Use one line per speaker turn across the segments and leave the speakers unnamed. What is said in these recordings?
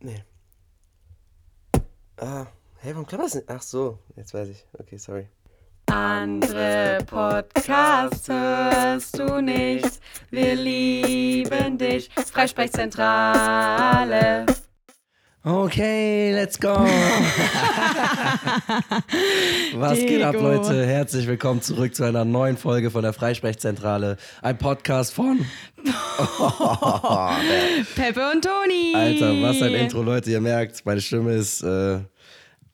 Nee. Ah, hey, warum klappt das nicht? Ach so, jetzt weiß ich. Okay, sorry.
Andere Podcasts hörst du nicht. Wir lieben dich. Freisprechzentrale.
Okay, let's go. Was geht ab,
Diego.
Leute? Herzlich willkommen zurück zu einer neuen Folge von der Freisprechzentrale. Ein Podcast von.
Peppe und Toni.
Alter, was ein Intro, Leute. Ihr merkt, meine Stimme ist äh,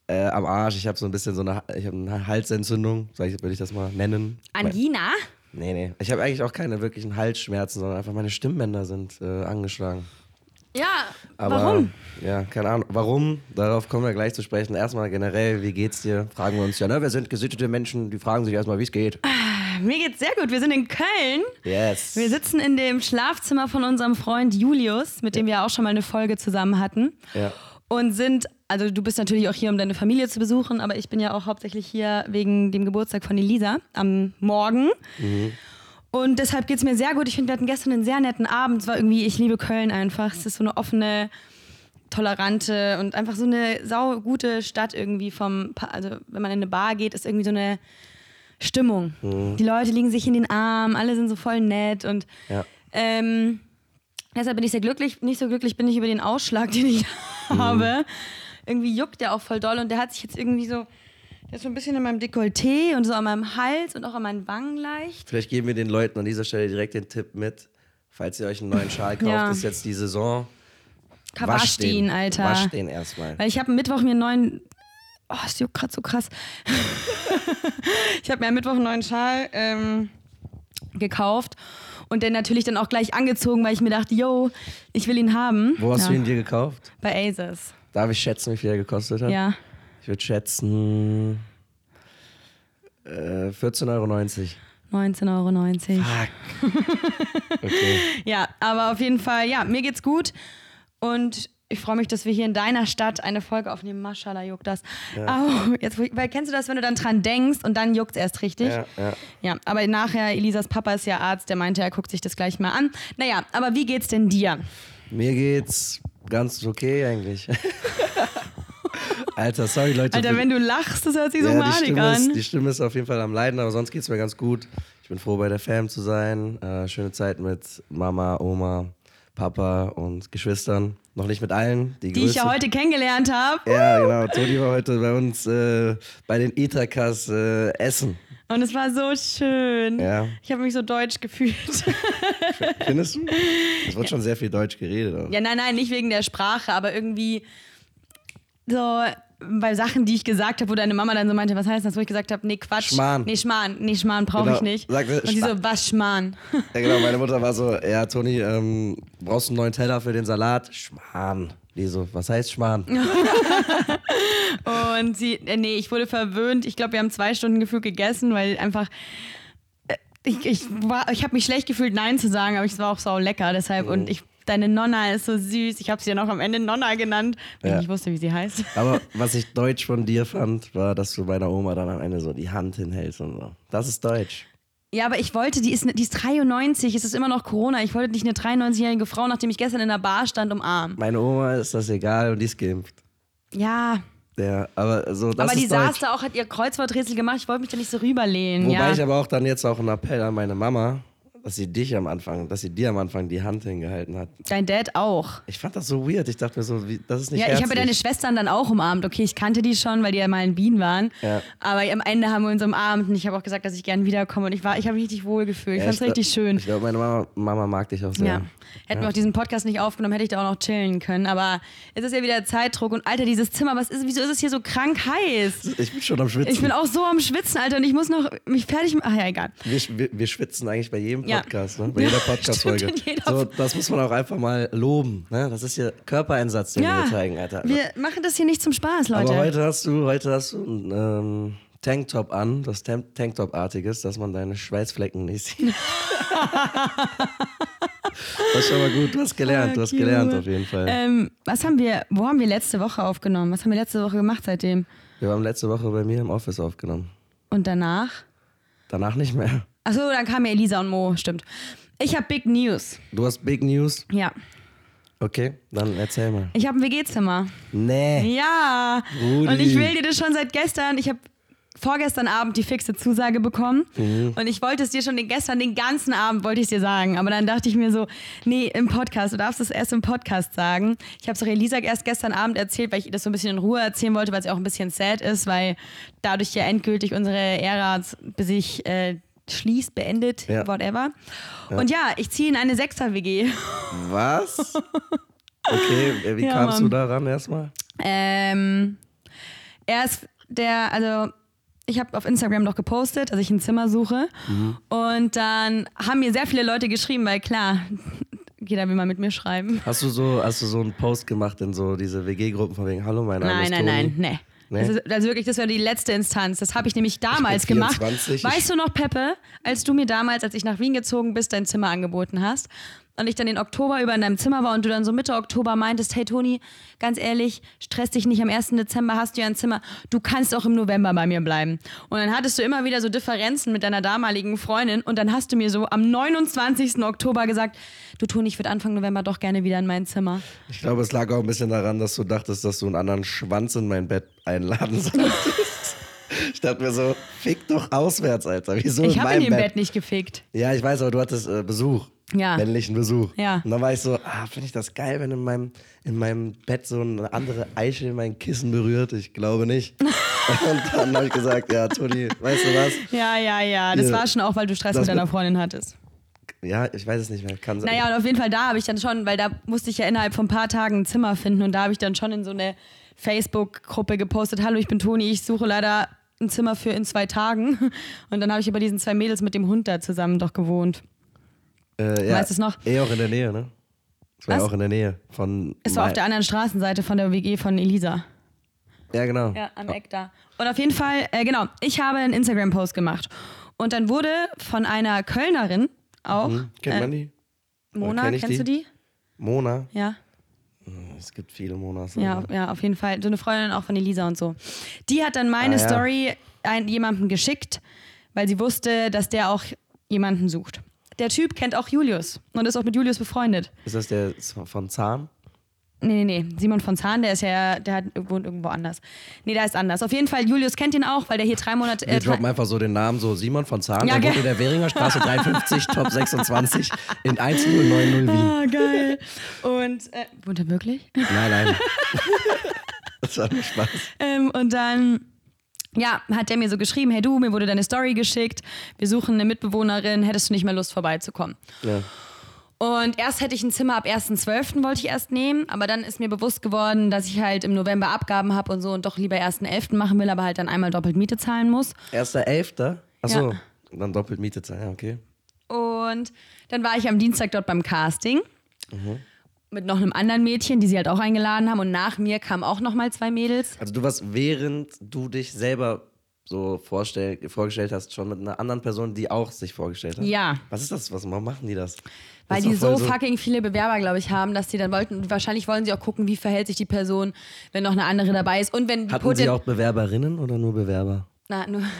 äh, am Arsch. Ich habe so ein bisschen so eine, ich hab eine Halsentzündung, sag ich, will ich das mal nennen.
Angina?
Nee, nee. Ich habe eigentlich auch keine wirklichen Halsschmerzen, sondern einfach meine Stimmbänder sind äh, angeschlagen.
Ja,
Aber,
warum?
Ja, keine Ahnung. Warum? Darauf kommen wir gleich zu sprechen. Erstmal generell, wie geht's dir? Fragen wir uns ja. Ne? Wir sind gesittete Menschen, die fragen sich erstmal, wie es geht.
Mir geht's sehr gut. Wir sind in Köln.
Yes.
Ah, Wir sitzen in dem Schlafzimmer von unserem Freund Julius, mit dem wir auch schon mal eine Folge zusammen hatten.
Ja.
Und sind, also du bist natürlich auch hier, um deine Familie zu besuchen, aber ich bin ja auch hauptsächlich hier wegen dem Geburtstag von Elisa am Morgen. Und deshalb geht es mir sehr gut. Ich finde, wir hatten gestern einen sehr netten Abend. Es war irgendwie, ich liebe Köln einfach. Es ist so eine offene, tolerante und einfach so eine saugute Stadt irgendwie vom, Pa- also wenn man in eine Bar geht, ist irgendwie so eine Stimmung. Die Leute liegen sich in den Arm, alle sind so voll nett und
Ja.
ähm, deshalb bin ich sehr glücklich. Nicht so glücklich bin ich über den Ausschlag, den ich
Mhm.
habe. Irgendwie juckt der auch voll doll und der hat sich jetzt irgendwie so, der ist so ein bisschen in meinem Dekolleté und so an meinem Hals und auch an meinen Wangen leicht.
Vielleicht geben wir den Leuten an dieser Stelle direkt den Tipp mit, falls ihr euch einen neuen Schal kauft,
Ja.
ist jetzt die Saison.
Wascht ihn, Alter.
Wasch den erstmal.
Weil ich habe am Mittwoch mir einen neuen. Oh, es juckt gerade so krass. ich habe mir am Mittwoch einen neuen Schal ähm, gekauft und den natürlich dann auch gleich angezogen, weil ich mir dachte, yo, ich will ihn haben.
Wo hast
ja,
du ihn dir gekauft?
Bei Aces.
Darf ich schätzen, wie viel er gekostet hat?
Ja.
Ich würde schätzen. Äh, 14,90
19,90 Euro.
Euro. Okay.
Ja, aber auf jeden Fall, ja, mir geht's gut. Und ich freue mich, dass wir hier in deiner Stadt eine Folge aufnehmen. Maschallah, juckt das. Au, jetzt, weil kennst du das, wenn du dann dran denkst und dann juckt's erst richtig?
Ja, ja.
Ja, aber nachher, Elisas Papa ist ja Arzt, der meinte, er guckt sich das gleich mal an. Naja, aber wie geht's denn dir?
Mir geht's ganz okay eigentlich. Alter, sorry Leute.
Alter, wenn du lachst, das hört sich so
ja, die,
madig
Stimme ist,
an.
die Stimme ist auf jeden Fall am Leiden, aber sonst geht's mir ganz gut. Ich bin froh, bei der Fam zu sein. Äh, schöne Zeit mit Mama, Oma, Papa und Geschwistern. Noch nicht mit allen. Die,
Die ich ja heute kennengelernt habe.
Ja, genau. Toni war heute bei uns äh, bei den Itakas äh, essen.
Und es war so schön.
Ja.
Ich habe mich so deutsch gefühlt.
Findest du? Es wird schon sehr viel Deutsch geredet. aber-
Ja, nein, nein, nicht wegen der Sprache, aber irgendwie so bei Sachen, die ich gesagt habe, wo deine Mama dann so meinte, was heißt das, wo ich gesagt habe, nee, Quatsch.
Schmarrn.
Nee, Schmarrn, nee, Schmarrn brauche
Genau.
ich nicht.
Sag, äh,
Und die so, was Schmarrn?
Ja, genau, meine Mutter war so, ja, Toni, ähm, brauchst du einen neuen Teller für den Salat? Schmarrn. Die so, was heißt Schmarrn?
Und sie, äh, nee, ich wurde verwöhnt. Ich glaube, wir haben zwei Stunden gefühlt gegessen, weil einfach. äh, Ich, ich, war- ich habe mich schlecht gefühlt, Nein zu sagen, aber es war auch sau lecker. Deshalb,
Mhm.
und ich, deine Nonna ist so süß. Ich habe sie dann auch am Ende Nonna genannt, weil
Ja.
ich nicht wusste, wie sie heißt.
Aber was ich deutsch von dir fand, war, dass du meiner Oma dann am Ende so die Hand hinhältst und so. Das ist deutsch.
Ja, aber ich wollte, die ist, ne, die ist 93, es ist immer noch Corona. Ich wollte nicht eine 93-jährige Frau, nachdem ich gestern in der Bar stand, umarmen.
Meine Oma ist das egal und die ist geimpft.
Ja,
Ja, aber so, das
aber
ist
die
deutsch.
saß da auch, hat ihr Kreuzworträtsel gemacht. Ich wollte mich da nicht so rüberlehnen.
Wobei
ja.
ich aber auch dann jetzt auch einen Appell an meine Mama, dass sie dich am Anfang, dass sie dir am Anfang die Hand hingehalten hat.
Dein Dad auch.
Ich fand das so weird. Ich dachte mir so, wie, das ist nicht
Ja, ich
herzlich.
habe deine Schwestern dann auch umarmt. Okay, ich kannte die schon, weil die ja mal in Wien waren.
Ja.
Aber am Ende haben wir uns umarmt und ich habe auch gesagt, dass ich gern wiederkomme. Und ich, war- ich habe mich richtig wohl gefühlt. Ich
Ja,
fand's
ich glaub-
richtig schön.
Ich glaube, meine Mama, Mama mag dich auch sehr.
Ja. Hätten wir auch diesen Podcast nicht aufgenommen, hätte ich da auch noch chillen können. Aber es ist ja wieder Zeitdruck. Und Alter, dieses Zimmer, was ist, wieso ist es hier so krank heiß?
Ich bin schon am Schwitzen.
Ich bin auch so am Schwitzen, Alter, und ich muss noch mich fertig machen. Ach ja, egal.
Wir, wir, wir schwitzen eigentlich bei jedem
Ja.
Podcast, ne? bei jeder Podcast-Folge.
Stimmt, in jeder
So, das muss man auch einfach mal loben. Ne? Das ist hier Körpereinsatz, den wir
Ja,
hier zeigen, Alter.
wir machen das hier nicht zum Spaß, Leute.
Aber heute hast du, heute hast du einen ähm, Tanktop an, das Tam- Tanktop-artiges, dass man deine Schweißflecken nicht sieht. das ist schon mal gut. Du hast gelernt, du hast
Fuck
gelernt
you.
auf jeden Fall.
ähm, was haben wir, wo haben wir letzte Woche aufgenommen? Was haben wir letzte Woche gemacht seitdem?
Wir haben letzte Woche bei mir im Office aufgenommen.
Und danach?
Danach nicht mehr.
Achso, dann kamen ja Elisa und Mo, stimmt. Ich habe Big News.
Du hast Big News.
Ja.
Okay, dann erzähl mal.
Ich habe ein WG-Zimmer.
Nee.
Ja.
Rudi.
Und ich will dir das schon seit gestern. Ich habe vorgestern Abend die fixe Zusage bekommen
Mhm.
und ich wollte es dir schon den gestern den ganzen Abend wollte ich es dir sagen, aber dann dachte ich mir so, nee, im Podcast, du darfst es erst im Podcast sagen. Ich habe es auch Elisa erst gestern Abend erzählt, weil ich ihr das so ein bisschen in Ruhe erzählen wollte, weil es ja auch ein bisschen sad ist, weil dadurch ja endgültig unsere Ära sich äh, schließt, beendet,
Ja.
whatever. Und ja, ich ziehe in eine Sechser-WG.
Was? Okay, äh, wie
Ja,
kamst du
Mann.
daran erstmal?
Ähm, er ist der, also ich habe auf Instagram noch gepostet, dass ich ein Zimmer suche. Und dann haben mir sehr viele Leute geschrieben, weil klar, jeder will mal mit mir schreiben.
Hast du so, hast du so einen Post gemacht in so diese WG-Gruppen von wegen Hallo, mein Name
Nein,
ist
nein,
Toni.
nein, nee.
Nee?
Das, ist, das ist wirklich, das wäre die letzte Instanz. Das habe ich nämlich damals
bin
gemacht.
24, ich-
Weißt du noch, Peppe, als du mir damals, als ich nach Wien gezogen bist, dein Zimmer angeboten hast und ich dann den Oktober über in deinem Zimmer war und du dann so Mitte Oktober meintest, hey Toni, ganz ehrlich, stress dich nicht, am 1. Dezember hast du ja ein Zimmer, du kannst auch im November bei mir bleiben. Und dann hattest du immer wieder so Differenzen mit deiner damaligen Freundin und dann hast du mir so am 29. Oktober gesagt, du Toni, ich würde Anfang November doch gerne wieder in mein Zimmer.
Ich glaube, es lag auch ein bisschen daran, dass du dachtest, dass du einen anderen Schwanz in mein Bett einladen solltest. ich dachte mir so, fick doch auswärts, Alter. Wieso
Ich
in
habe in
meinem
dem Bett. nicht gefickt.
Ja, ich weiß, aber du hattest äh, Besuch.
Ja.
Männlichen Besuch.
Ja.
Und dann war ich so, ah, finde ich das geil, wenn in meinem, in meinem Bett so eine andere Eichel mein Kissen berührt. Ich glaube nicht. Und dann habe ich gesagt, ja, Toni, weißt du was?
Ja, ja, ja. Das
Ja.
war schon auch, weil du Stress
Das
mit deiner
mit-
Freundin hattest.
Ja, ich weiß es nicht mehr. Kann sein.
Naja, und auf jeden Fall da habe ich dann schon, weil da musste ich ja innerhalb von ein paar Tagen ein Zimmer finden und da habe ich dann schon in so eine Facebook-Gruppe gepostet, hallo, ich bin Toni, ich suche leider ein Zimmer für in zwei Tagen. Und dann habe ich über diesen zwei Mädels mit dem Hund da zusammen doch gewohnt.
äh, ja.
weißt du's noch?
Eh auch in der Nähe, ne? Es war ja
Was?
auch in der Nähe von.
Es war auf der anderen Straßenseite von der WG von Elisa.
Ja, genau.
Ja, am Eck da. Und auf jeden Fall, äh, genau, ich habe einen Instagram-Post gemacht. Und dann wurde von einer Kölnerin auch,
Mhm.
äh,
Kennt man die?
Mona,
kenn ich
kennst du die?
Mona.
Ja.
Es gibt viele Monas.
Ja, ja, auf jeden Fall. So eine Freundin auch von Elisa und so. Die hat dann meine
Ah, ja.
Story ein, jemandem geschickt, weil sie wusste, dass der auch jemanden sucht. Der Typ kennt auch Julius und ist auch mit Julius befreundet.
Ist das der von Zahn?
Nee, nee, nee. Simon von Zahn, der ist ja, der hat, wohnt irgendwo anders. Nee, der ist anders. Auf jeden Fall, Julius kennt ihn auch, weil der hier drei Monate.
Wir
Äh, drei,
droppen einfach so den Namen, so Simon von Zahn,
Ja,
der
gell?
wohnt in der Währinger Straße 53, Top 26 in 1090 Wien.
ah, geil. Und äh, wohnt er wirklich?
Nein, nein. Das war nur Spaß.
Ähm, und dann, ja, hat der mir so geschrieben, hey du, mir wurde deine Story geschickt, wir suchen eine Mitbewohnerin, hättest du nicht mehr Lust vorbeizukommen?
Ja.
Und erst hätte ich ein Zimmer ab 1.12. wollte ich erst nehmen, aber dann ist mir bewusst geworden, dass ich halt im November Abgaben habe und so und doch lieber 1.11. machen will, aber halt dann einmal doppelt Miete zahlen muss.
Erster Elfter? Achso,
Ja.
dann doppelt Miete zahlen, ja, okay.
Und dann war ich am Dienstag dort beim Casting.
Mhm.
Mit noch einem anderen Mädchen, die sie halt auch eingeladen haben. Und nach mir kamen auch nochmal zwei Mädels.
Also du warst, während du dich selber so vorstell, vorgestellt hast, schon mit einer anderen Person, die auch sich vorgestellt hat.
Ja.
Was ist das? Was, warum machen die das? Das
Weil
ist
die
doch voll
so fucking viele Bewerber, glaube ich, haben, dass die dann wollten. Und wahrscheinlich wollen sie auch gucken, wie verhält sich die Person, wenn noch eine andere dabei ist. Und wenn die
Hatten sie
Poten-
auch Bewerberinnen oder nur Bewerber?
Na, nur.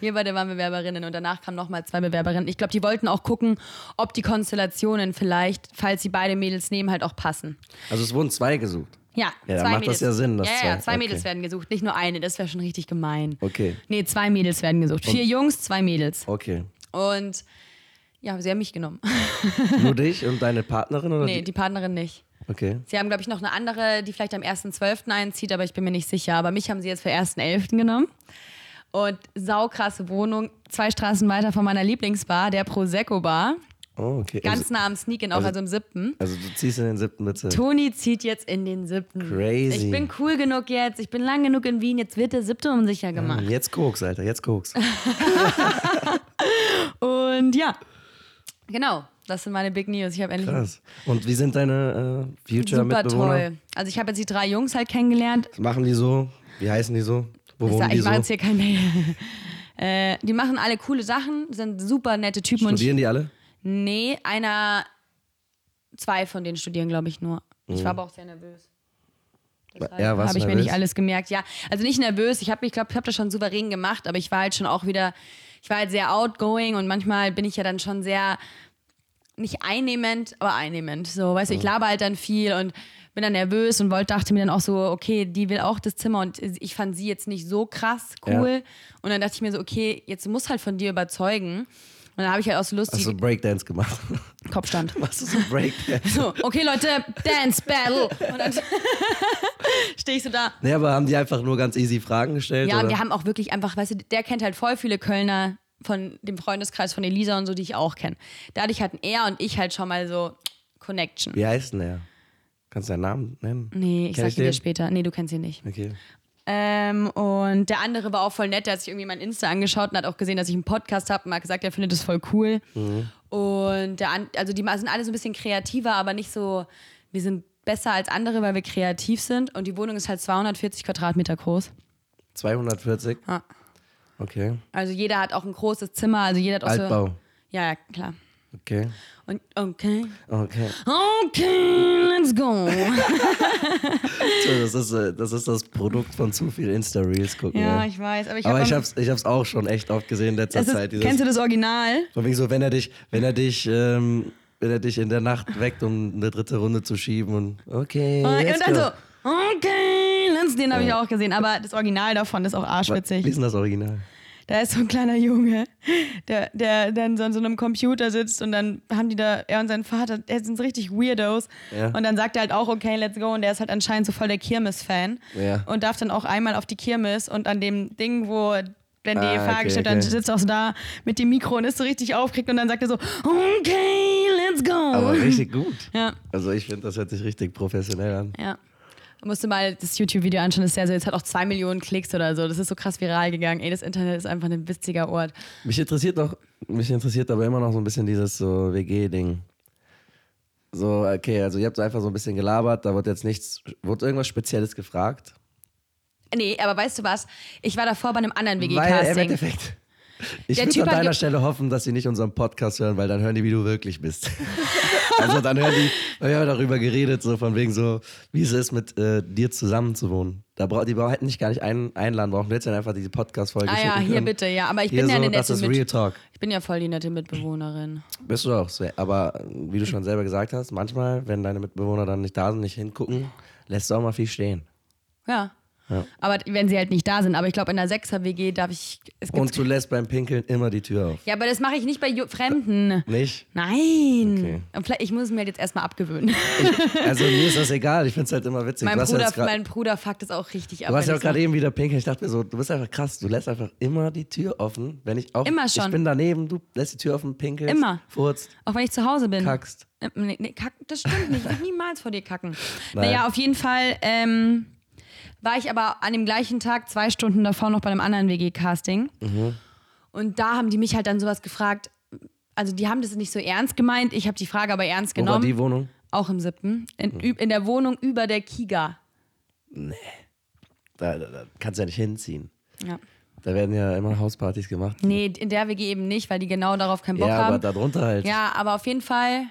Wir beide waren Bewerberinnen und danach kamen nochmal zwei Bewerberinnen. Ich glaube, die wollten auch gucken, ob die Konstellationen vielleicht, falls sie beide Mädels nehmen, halt auch passen.
Also es wurden zwei gesucht.
Ja,
Ja, dann
zwei
macht
Mädels.
das ja Sinn, dass
ja, ja,
zwei-
zwei
okay.
Mädels werden gesucht, nicht nur eine. Das wäre schon richtig gemein.
Okay.
Nee, zwei Mädels werden gesucht. Vier Jungs, zwei Mädels.
Okay.
Und ja, sie haben mich genommen.
Nur dich und deine Partnerin oder
Nee,
die?
die Partnerin nicht.
Okay.
Sie haben, glaube ich, noch eine andere, die vielleicht am 1.12. einzieht, aber ich bin mir nicht sicher. Aber mich haben sie jetzt für 1.11. genommen. Und saukrasse Wohnung, zwei Straßen weiter von meiner Lieblingsbar, der Prosecco Bar.
Oh, okay.
Ganz nah am Sneak-In, auch also im siebten.
also, also du ziehst in den siebten Bezirk.
Toni zieht jetzt in den siebten.
Crazy.
Ich bin cool genug jetzt, ich bin lang genug in Wien, jetzt wird der siebte unsicher gemacht.
Und Ah, Jetzt Koks, Alter, jetzt Koks.
Und ja, genau, das sind meine Big News. Ich habe endlich
Krass. Und wie sind deine äh,
super
Future-Mitbewohner?
toll. Also ich habe jetzt die drei Jungs halt kennengelernt.
Was machen die so? Wie heißen die so? Wo
Ich,
wohnen
sag-
die
ich
so?
mache jetzt hier keine. Äh, die machen alle coole Sachen, sind super nette Typen. und ich,
Studieren die alle?
nee, einer, zwei von denen studieren, glaube ich, nur. Ich war aber auch sehr nervös.
Ja, was?
Habe ich mir nicht alles gemerkt. Ja, also nicht nervös. Ich habe, ich glaube, ich habe das schon souverän gemacht, aber ich war halt schon auch wieder, ich war halt sehr outgoing und manchmal bin ich ja dann schon sehr nicht einnehmend, aber einnehmend. So, weißt du, ich laber halt dann viel und bin dann nervös und wollte, dachte mir dann auch so, okay, die will auch das Zimmer und ich fand sie jetzt nicht so krass cool. Und dann dachte ich mir so, okay, jetzt muss halt von dir überzeugen. Und dann habe ich halt aus Lust
Hast du
die
Breakdance gemacht?
Kopfstand.
Machst du so Breakdance?
So, okay, Leute, Dance Battle. Und dann stehe ich so da.
Nee, aber haben die einfach nur ganz easy Fragen gestellt?
Ja,
oder?
und wir haben auch wirklich einfach, weißt du, der kennt halt voll viele Kölner von dem Freundeskreis von Elisa und so, die ich auch kenne. Dadurch hatten er und ich halt schon mal so Connection.
Wie heißt denn der? Kannst du deinen Namen nennen?
Nee, ich
Kenn
sag dir
den?
das später. Nee, du kennst ihn nicht.
Okay.
Ähm, und der andere war auch voll nett, der hat sich irgendwie mein Insta angeschaut und hat auch gesehen, dass ich einen Podcast habe und hat gesagt, er findet das voll cool.
Mhm.
Und der an, also die ma- sind alle so ein bisschen kreativer, aber nicht so, wir sind besser als andere, weil wir kreativ sind. Und die Wohnung ist halt 240 Quadratmeter groß.
240?
Ja.
Okay.
Also jeder hat auch ein großes Zimmer, also jeder hat auch so.
Altbau.
Ja, ja, klar.
Okay.
Und okay.
Okay.
Okay, let's go.
So, Das ist, äh, das ist das Produkt von zu viel Insta-Reels gucken.
ja,
ey.
ich weiß, aber ich
aber
habe
ich hab's, ich hab's auch schon echt oft gesehen in letzter
ist,
Zeit. dieses-
Kennst du das Original?
Von wegen so, wenn er dich, wenn er dich, ähm, wenn er dich in der Nacht weckt, um eine dritte Runde zu schieben und okay. let's
Oh, und dann
go.
so, okay, Lenz, den habe ich auch gesehen, aber das Original davon ist auch
Wie ist
arschwitzig.
denn das Original?
Da ist so ein kleiner Junge, der, der dann so an so einem Computer sitzt und dann haben die da, er und sein Vater, er sind so richtig Weirdos.
Ja.
Und dann sagt er halt auch, okay, let's go. Und der ist halt anscheinend so voll der Kirmes-Fan
Ja.
und darf dann auch einmal auf die Kirmes und an dem Ding, wo. Wenn die
Ah,
Frage
okay,
stellt,
okay.
dann sitzt er auch so da mit dem Mikro und ist so richtig aufgeregt und dann sagt er so, okay, let's go.
Aber richtig gut.
ja.
Also ich finde, das hört sich richtig professionell an.
Ja. Musst du mal das YouTube-Video anschauen, das ist ja so, jetzt hat auch zwei Millionen Klicks oder so. Das ist so krass viral gegangen. Ey, das Internet ist einfach ein witziger Ort.
Mich interessiert noch, mich interessiert aber immer noch so ein bisschen dieses so WG-Ding. So, okay, also ihr habt so einfach so ein bisschen gelabert, da wird jetzt nichts, wurde irgendwas Spezielles gefragt?
Nee, aber weißt du was? Ich war davor bei einem anderen
Weil im
WG-Casting.
Endeffekt. Ich
Der
würde
Typ
an
hat
deiner
ge-
Stelle hoffen, dass sie nicht unseren Podcast hören, weil dann hören die, wie du wirklich bist. also dann hören die, weil wir haben darüber geredet, so von wegen so, wie es ist, mit äh, dir zusammen zu wohnen. Da brauch, die brauch, hätten dich gar nicht ein, einladen brauchen. Du hättest dann einfach diese Podcast-Folge
Ah ja,
schicken
hier
können.
bitte, ja. Aber ich
Hier
bin
so,
ja eine
das
nette
ist Real
Mit
Talk.
Ich bin ja voll die nette Mitbewohnerin.
Bist du auch, Sven. aber äh, wie du schon selber gesagt hast, manchmal, wenn deine Mitbewohner dann nicht da sind, nicht hingucken, lässt du auch mal viel stehen.
Ja. Aber wenn sie halt nicht da sind, aber ich glaube, in der 6er WG darf ich. Es gibt,
Und du lässt beim Pinkeln immer die Tür auf.
ja, aber das mache ich nicht bei Ju Fremden.
Nicht?
Nein.
Okay.
Und vielleicht, ich muss es mir halt jetzt erstmal abgewöhnen.
Also mir ist das egal, ich finde es halt immer witzig.
mein,
du hast ja
Bruder,
jetzt grad-
mein Bruder fuckt es auch richtig ab.
Du hast
wenn
ja auch
ich's
gerade
mache.
eben wieder pinkeln. Ich dachte mir so, du bist einfach krass. Du lässt einfach immer die Tür offen. Wenn ich auch.
Immer schon.
Ich bin daneben, du lässt die Tür offen, pinkelst.
Immer.
Furzt,
auch wenn ich zu Hause bin.
kackst.
Ähm, Nee, nee, kack, das stimmt nicht. Ich würde niemals vor dir kacken.
Nein.
Naja, auf jeden Fall ähm, war ich aber an dem gleichen Tag zwei Stunden davor noch bei einem anderen WG-Casting.
Mhm.
Und da haben die mich halt dann sowas gefragt. Also die haben das nicht so ernst gemeint. Ich habe die Frage aber ernst
Wo war
genommen.
die Mhm. Wohnung?
Auch im siebten. In, üb- in der Wohnung über der Kiga.
Da, da, da kannst du ja nicht hinziehen.
Ja.
Da werden ja immer Hauspartys gemacht.
Nee, in der WG eben nicht, weil die genau darauf keinen Bock
ja,
haben.
aber da drunter halt.
Ja, aber auf jeden Fall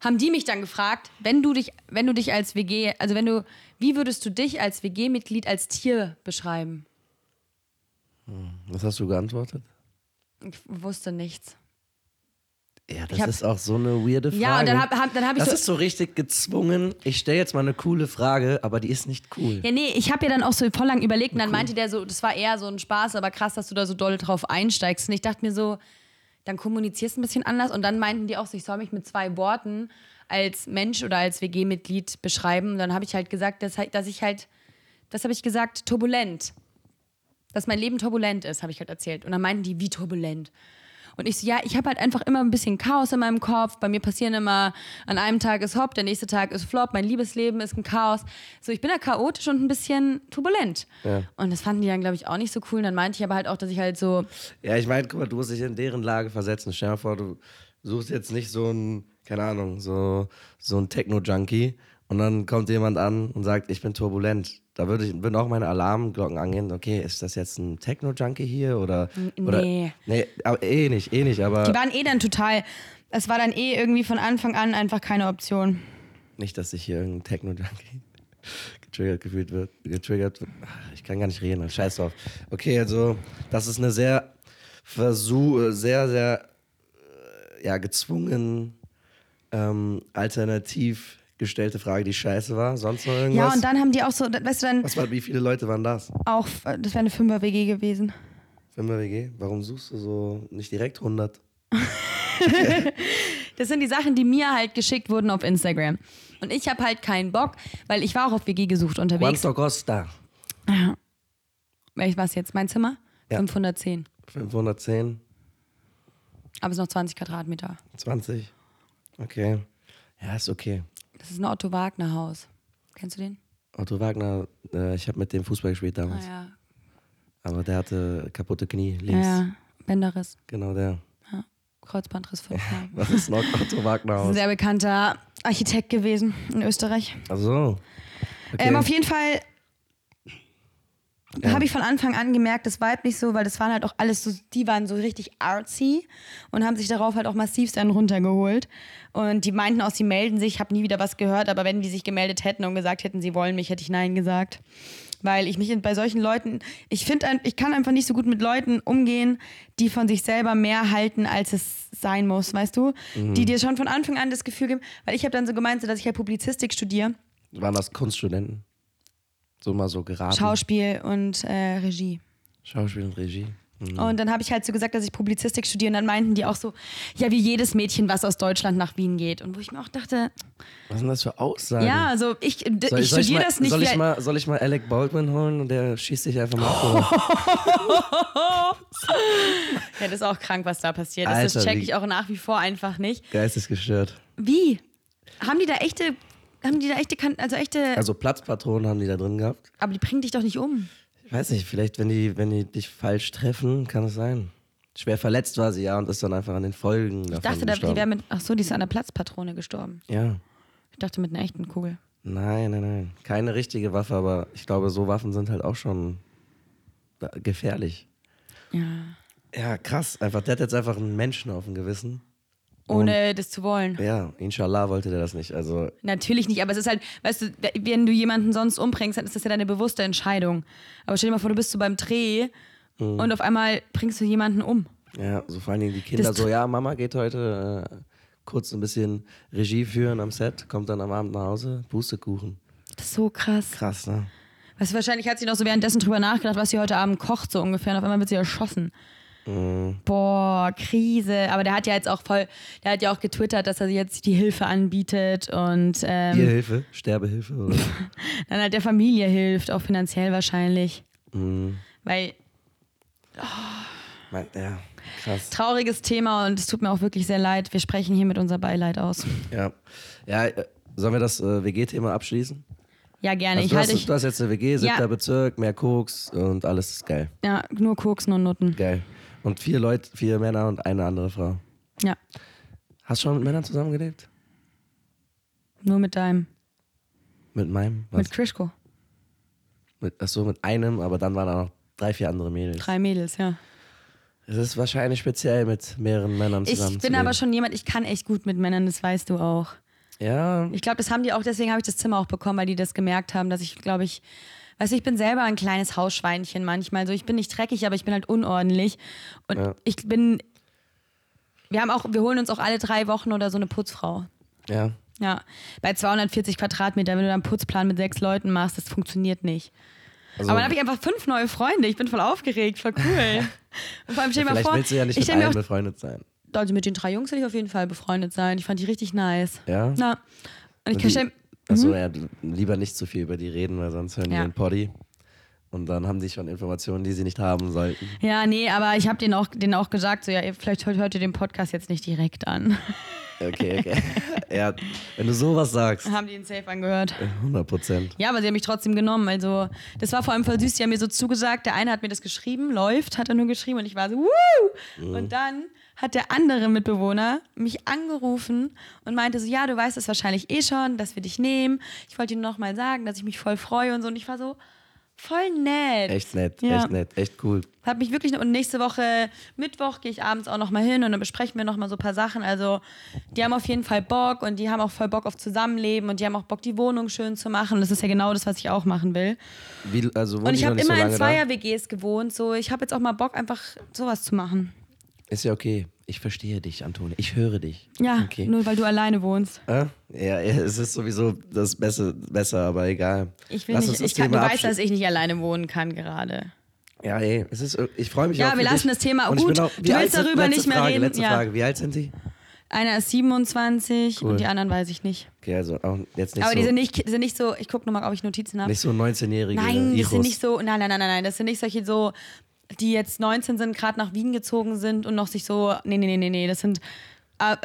haben die mich dann gefragt, wenn du dich, wenn du dich als WG, also wenn du, wie würdest du dich als WG-Mitglied als Tier beschreiben?
Was hast du geantwortet?
Ich wusste nichts.
Ja, das
hab-
ist auch so eine weirde Frage.
Ja, und dann hab, hab, dann hab ich
das
so.
ist so richtig gezwungen. Ich stelle jetzt mal eine coole Frage, aber die ist nicht cool.
Ja, nee, ich habe ja dann auch so voll lang überlegt und dann meinte der so, das war eher so ein Spaß, aber krass, dass du da so doll drauf einsteigst. Und ich dachte mir so, dann kommunizierst du ein bisschen anders. Und dann meinten die auch so, ich soll mich mit zwei Worten als Mensch oder als WG-Mitglied beschreiben. Und dann habe ich halt gesagt, dass, halt- dass ich halt, das habe ich gesagt, turbulent. Dass mein Leben turbulent ist, habe ich halt erzählt. Und dann meinten die, wie turbulent? Und ich so, ja, ich habe halt einfach immer ein bisschen Chaos in meinem Kopf. Bei mir passieren immer, an einem Tag ist Hop, der nächste Tag ist Flop, mein Liebesleben ist ein Chaos. So, ich bin da chaotisch und ein bisschen turbulent. Und das fanden die dann, glaube ich, auch nicht so cool. Und dann meinte ich aber halt auch, dass ich halt so,
Ja, ich meine, guck mal, du musst dich in deren Lage versetzen. Stell dir mal vor, du suchst jetzt nicht so ein, keine Ahnung, so, so ein Techno-Junkie und dann kommt jemand an und sagt, ich bin turbulent. Da würde ich, würden auch meine Alarmglocken angehen. Okay, ist das jetzt ein Techno-Junkie hier oder, oder?
nee.
Nee, aber eh nicht, eh nicht, aber
die waren eh dann total, es war dann eh irgendwie von Anfang an einfach keine Option.
nicht, dass ich hier irgendein Techno-Junkie getriggert gefühlt wird, getriggert wird. Ach, Ich kann gar nicht reden, scheiß drauf. Okay, also, das ist eine sehr, Versuch, sehr, sehr, äh, ja, gezwungen ähm, alternativ gestellte Frage, die scheiße war, sonst noch irgendwas?
Ja, und dann haben die auch so, da- weißt du, dann
Was war, wie viele Leute waren das?
auch, äh, das wäre eine Fünfer-WG gewesen.
Fünfer WG? Warum suchst du so nicht direkt 100?
Das sind die Sachen, die mir halt geschickt wurden auf Instagram. Und ich habe halt keinen Bock, weil ich war auch auf WG gesucht unterwegs.
Juanito Costa.
Welch war es jetzt? Mein Zimmer?
Ja.
510.
510,
Aber es sind noch 20 Quadratmeter.
20. Okay. Ja, ist okay.
Das ist ein Otto-Wagner-Haus. Kennst du den?
Otto Wagner, äh, ich habe mit dem Fußball gespielt
Ah
damals.
ja.
Aber der hatte kaputte Knie
Ja,
links.
ja. Bänderriss.
Genau der.
Ja. Kreuzbandriss fünfmal.
Was ist noch Otto Wagner
Ein
aus?
sehr bekannter Architekt gewesen in Österreich.
Ach so. Okay.
Ähm, auf jeden Fall habe ich von Anfang an gemerkt, das war halt nicht so, weil das waren halt auch alles so, die waren so richtig artsy und haben sich darauf halt auch massivst einen runtergeholt. Und die meinten auch, sie melden sich, ich habe nie wieder was gehört, aber wenn die sich gemeldet hätten und gesagt hätten, sie wollen mich, hätte ich Nein gesagt. Weil ich mich in- bei solchen Leuten, ich finde, ein- ich kann einfach nicht so gut mit Leuten umgehen, die von sich selber mehr halten, als es sein muss, weißt du? Die dir schon von Anfang an das Gefühl geben, weil ich habe dann so gemeint, so, dass ich halt Publizistik studiere
Waren das Kunststudenten? So mal so geraten.
Schauspiel und äh, Regie.
Schauspiel und Regie.
Und dann habe ich halt so gesagt, dass ich Publizistik studiere. Und dann meinten die auch so, ja, wie jedes Mädchen, was aus Deutschland nach Wien geht. Und wo ich mir auch dachte,
Was sind das für Aussagen?
ja, also ich, d-
Soll,
ich
soll
studiere
mal,
das nicht.
Soll ich,
vielleicht-
mal, soll ich mal Alec Baldwin holen und der schießt dich einfach mal ab? oder?
ja, das ist auch krank, was da passiert ist. das
Alter,
checke
wie-
ich auch nach wie vor einfach nicht.
Geistesgestört.
Wie? Haben die da echte, haben die da echte, kan also echte,
Also Platzpatronen haben die da drin gehabt.
aber die bringen dich doch nicht um.
Ich weiß nicht, vielleicht wenn die, wenn die dich falsch treffen, kann es sein. Schwer verletzt war sie ja und ist dann einfach an den Folgen davon
Ich dachte, da, die
gestorben.
wäre mit, ach so, die ist an der Platzpatrone gestorben.
ja.
Ich dachte mit einer echten Kugel.
Nein, nein, nein. Keine richtige Waffe, aber ich glaube, so Waffen sind halt auch schon da- gefährlich.
Ja.
Ja, krass. Einfach, der hat jetzt einfach einen Menschen auf dem Gewissen.
Ohne das zu wollen.
Ja, inshallah wollte der das nicht. Also,
Natürlich nicht, aber es ist halt, weißt du, wenn du jemanden sonst umbringst, dann ist das ja deine bewusste Entscheidung. Aber stell dir mal vor, du bist so beim Dreh und auf einmal bringst du jemanden um.
ja, so vor allen Dingen die Kinder
Das-
so, ja, Mama geht heute äh, kurz ein bisschen Regie führen am Set, kommt dann am Abend nach Hause, Pustekuchen.
Das ist so krass.
Krass, ne?
Weißt du, wahrscheinlich hat sie noch so währenddessen drüber nachgedacht, was sie heute Abend kocht, so ungefähr. Und auf einmal wird sie erschossen. Boah, Krise. Aber der hat ja jetzt auch voll, der hat ja auch getwittert, dass er jetzt die Hilfe anbietet und ähm,
Ihr Hilfe? Sterbehilfe? Oder?
dann halt der Familie hilft, auch finanziell wahrscheinlich. Weil
Mein, ja, krass.
trauriges Thema und es tut mir auch wirklich sehr leid. Wir sprechen hier mit unser Beileid aus.
Ja. ja äh, sollen wir das äh, WG-Thema abschließen?
Ja, gerne.
Also,
ich
du,
halte
hast,
ich
du hast jetzt eine WG, siebter
Ja.
Bezirk, mehr Koks und alles ist geil.
ja, nur Koksen und Nutten.
Geil. Und vier Leute, vier Männer und eine andere Frau.
Ja,
Hast du schon mit Männern zusammengelebt?
nur mit deinem.
Mit meinem? Was?
Mit Krischko.
Mit, achso, mit einem, aber dann waren da noch drei, vier andere Mädels.
Drei Mädels, ja.
Es ist wahrscheinlich speziell, mit mehreren Männern
Ich
zusammen
bin aber schon jemand, ich kann echt gut mit Männern, das weißt du auch.
Ja,
Ich glaube, das haben die auch, deswegen habe ich das Zimmer auch bekommen, weil die das gemerkt haben, dass ich, glaube ich, weißt du, ich bin selber ein kleines Hausschweinchen manchmal. So, ich bin nicht dreckig, aber ich bin halt unordentlich. Und
Ja.
ich bin. Wir haben auch, wir holen uns auch alle drei Wochen oder so eine Putzfrau.
ja.
Ja. Bei 240 Quadratmeter, wenn du da einen Putzplan mit sechs Leuten machst, das funktioniert nicht.
Also,
Aber dann habe ich einfach fünf neue Freunde. Ich bin voll aufgeregt, voll cool. Und vor allem stell dir mal
vielleicht
vor,
willst du ja nicht
ich
mit
stell mir
einem
auch,
befreundet sein.
also mit den drei Jungs will ich auf jeden Fall befreundet sein. Ich fand die richtig nice.
Ja?
Na, und
Und
ich kann
die-
stellen,
Achso, ja, d- lieber nicht zu viel über die reden, weil sonst hören
Ja.
die den Poddy. Und dann haben die schon Informationen, die sie nicht haben sollten.
ja, nee, aber ich habe denen auch, denen auch gesagt, so ja, ihr- vielleicht hört, hört ihr den Podcast jetzt nicht direkt an.
Okay, okay. ja, wenn du sowas sagst,
Haben die den Safe angehört.
100 Prozent.
Ja, aber sie haben mich trotzdem genommen. Also, das war vor allem voll süß. Die haben mir so zugesagt. Der eine hat mir das geschrieben, läuft, hat er nur geschrieben und ich war so, wuh!
Mhm.
Und dann hat der andere Mitbewohner mich angerufen und meinte so, ja, du weißt es wahrscheinlich eh schon, dass wir dich nehmen. Ich wollte dir nochmal sagen, dass ich mich voll freue und so. Und ich war so, voll nett.
Echt nett,
Ja.
echt nett, echt cool.
Hat mich wirklich, und nächste Woche Mittwoch gehe ich abends auch nochmal hin und dann besprechen wir nochmal so ein paar Sachen. Also, die haben auf jeden Fall Bock und die haben auch voll Bock auf Zusammenleben und die haben auch Bock, die Wohnung schön zu machen. Das ist ja genau das, was ich auch machen will.
Wie, also wohnen
Und
die
ich
noch
habe
nicht
immer
so lange da?
in Zweier-WGs gewohnt. So, ich habe jetzt auch mal Bock, einfach sowas zu machen.
Ist ja okay. Ich verstehe dich, Antonia. Ich höre dich.
Ja,
okay.
nur weil du alleine wohnst.
Äh? Ja, ja, es ist sowieso das Beste, besser, aber egal.
Ich will
Lass
nicht,
uns
ich
das
kann, du
Thema
weißt,
abschli-
dass ich nicht alleine wohnen kann gerade.
Ja, ey, es ist, ich freue mich
Ja,
auch für
wir lassen
dich.
das Thema-
Und ich
gut,
bin auch-
du
wie
willst
alt sind-
darüber
letzte
nicht mehr
Frage,
reden,
Letzte
ja.
Frage, wie alt sind die?
Einer ist 27
Cool.
und die anderen weiß ich nicht.
Okay, also auch jetzt nicht
Aber
so,
die sind nicht, sind nicht so, ich gucke nochmal, ob ich Notizen habe.
nicht so 19-jährige
Nein, das sind
Ichos.
nicht so, nein, nein, nein, nein, nein, das sind nicht solche so, die jetzt 19 sind, gerade nach Wien gezogen sind und noch sich so, nee, nee, nee, nee, nee, das sind, äh,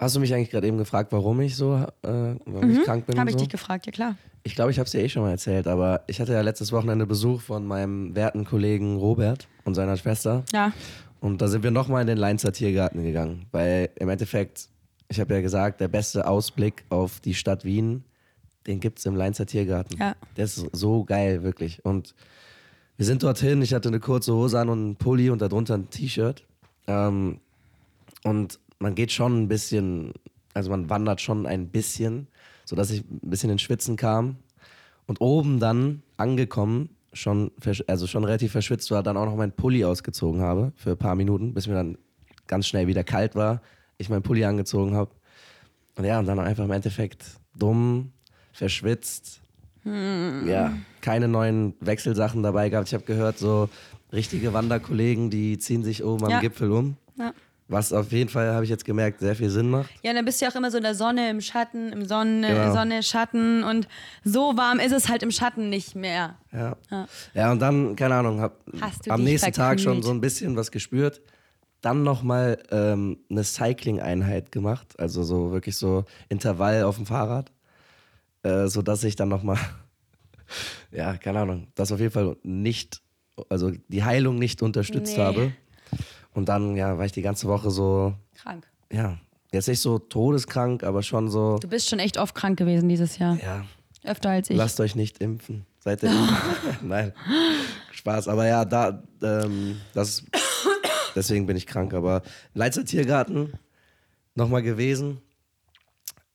Hast du mich eigentlich gerade eben gefragt, warum ich so äh, warum ich krank bin? und
habe Mhm. ich
so?
dich gefragt, ja klar.
Ich glaube, ich habe es dir eh schon mal erzählt, aber ich hatte ja letztes Wochenende Besuch von meinem werten Kollegen Robert und seiner Schwester.
Ja,
Und da sind wir nochmal in den Leinster Tiergarten gegangen, weil im Endeffekt, ich habe ja gesagt, der beste Ausblick auf die Stadt Wien, den gibt es im Leinster Tiergarten.
Ja.
Der ist so geil, wirklich. Und wir sind dorthin, ich hatte eine kurze Hose an und einen Pulli und darunter ein T-Shirt. Ähm, und man geht schon ein bisschen, also man wandert schon ein bisschen, sodass ich ein bisschen in Schwitzen kam. Und oben dann angekommen, schon, versch- also schon relativ verschwitzt war, dann auch noch meinen Pulli ausgezogen habe für ein paar Minuten, bis mir dann ganz schnell wieder kalt war, ich meinen Pulli angezogen habe. Und ja, und dann einfach im Endeffekt dumm, verschwitzt.
Hm.
Ja, keine neuen Wechselsachen dabei gehabt. Ich habe gehört, so richtige Wanderkollegen, die ziehen sich oben
Ja.
am Gipfel um.
ja.
Was auf jeden Fall, habe ich jetzt gemerkt, sehr viel Sinn macht.
Ja, und dann bist du ja auch immer so in der Sonne, im Schatten, im Sonne,
Genau.
Sonne, Schatten und so warm ist es halt im Schatten nicht mehr.
Ja.
Ja.
ja. und dann, keine Ahnung, hab
Hast du
am
dich
nächsten Tag schon
verkühlt?
so ein bisschen was gespürt. Dann nochmal ähm, eine Cycling-Einheit gemacht, also so wirklich so Intervall auf dem Fahrrad, äh, sodass ich dann nochmal, ja, keine Ahnung, das auf jeden Fall nicht, also die Heilung nicht unterstützt
Nee.
habe. Und dann, ja, war ich die ganze Woche so,
Krank.
ja, jetzt nicht so todeskrank, aber schon so,
Du bist schon echt oft krank gewesen dieses Jahr.
ja,
Öfter als ich.
Lasst euch nicht impfen. Seid ihr Nein. Spaß. Aber ja, da, ähm, das, deswegen bin ich krank. Aber Leitzer Tiergarten nochmal gewesen.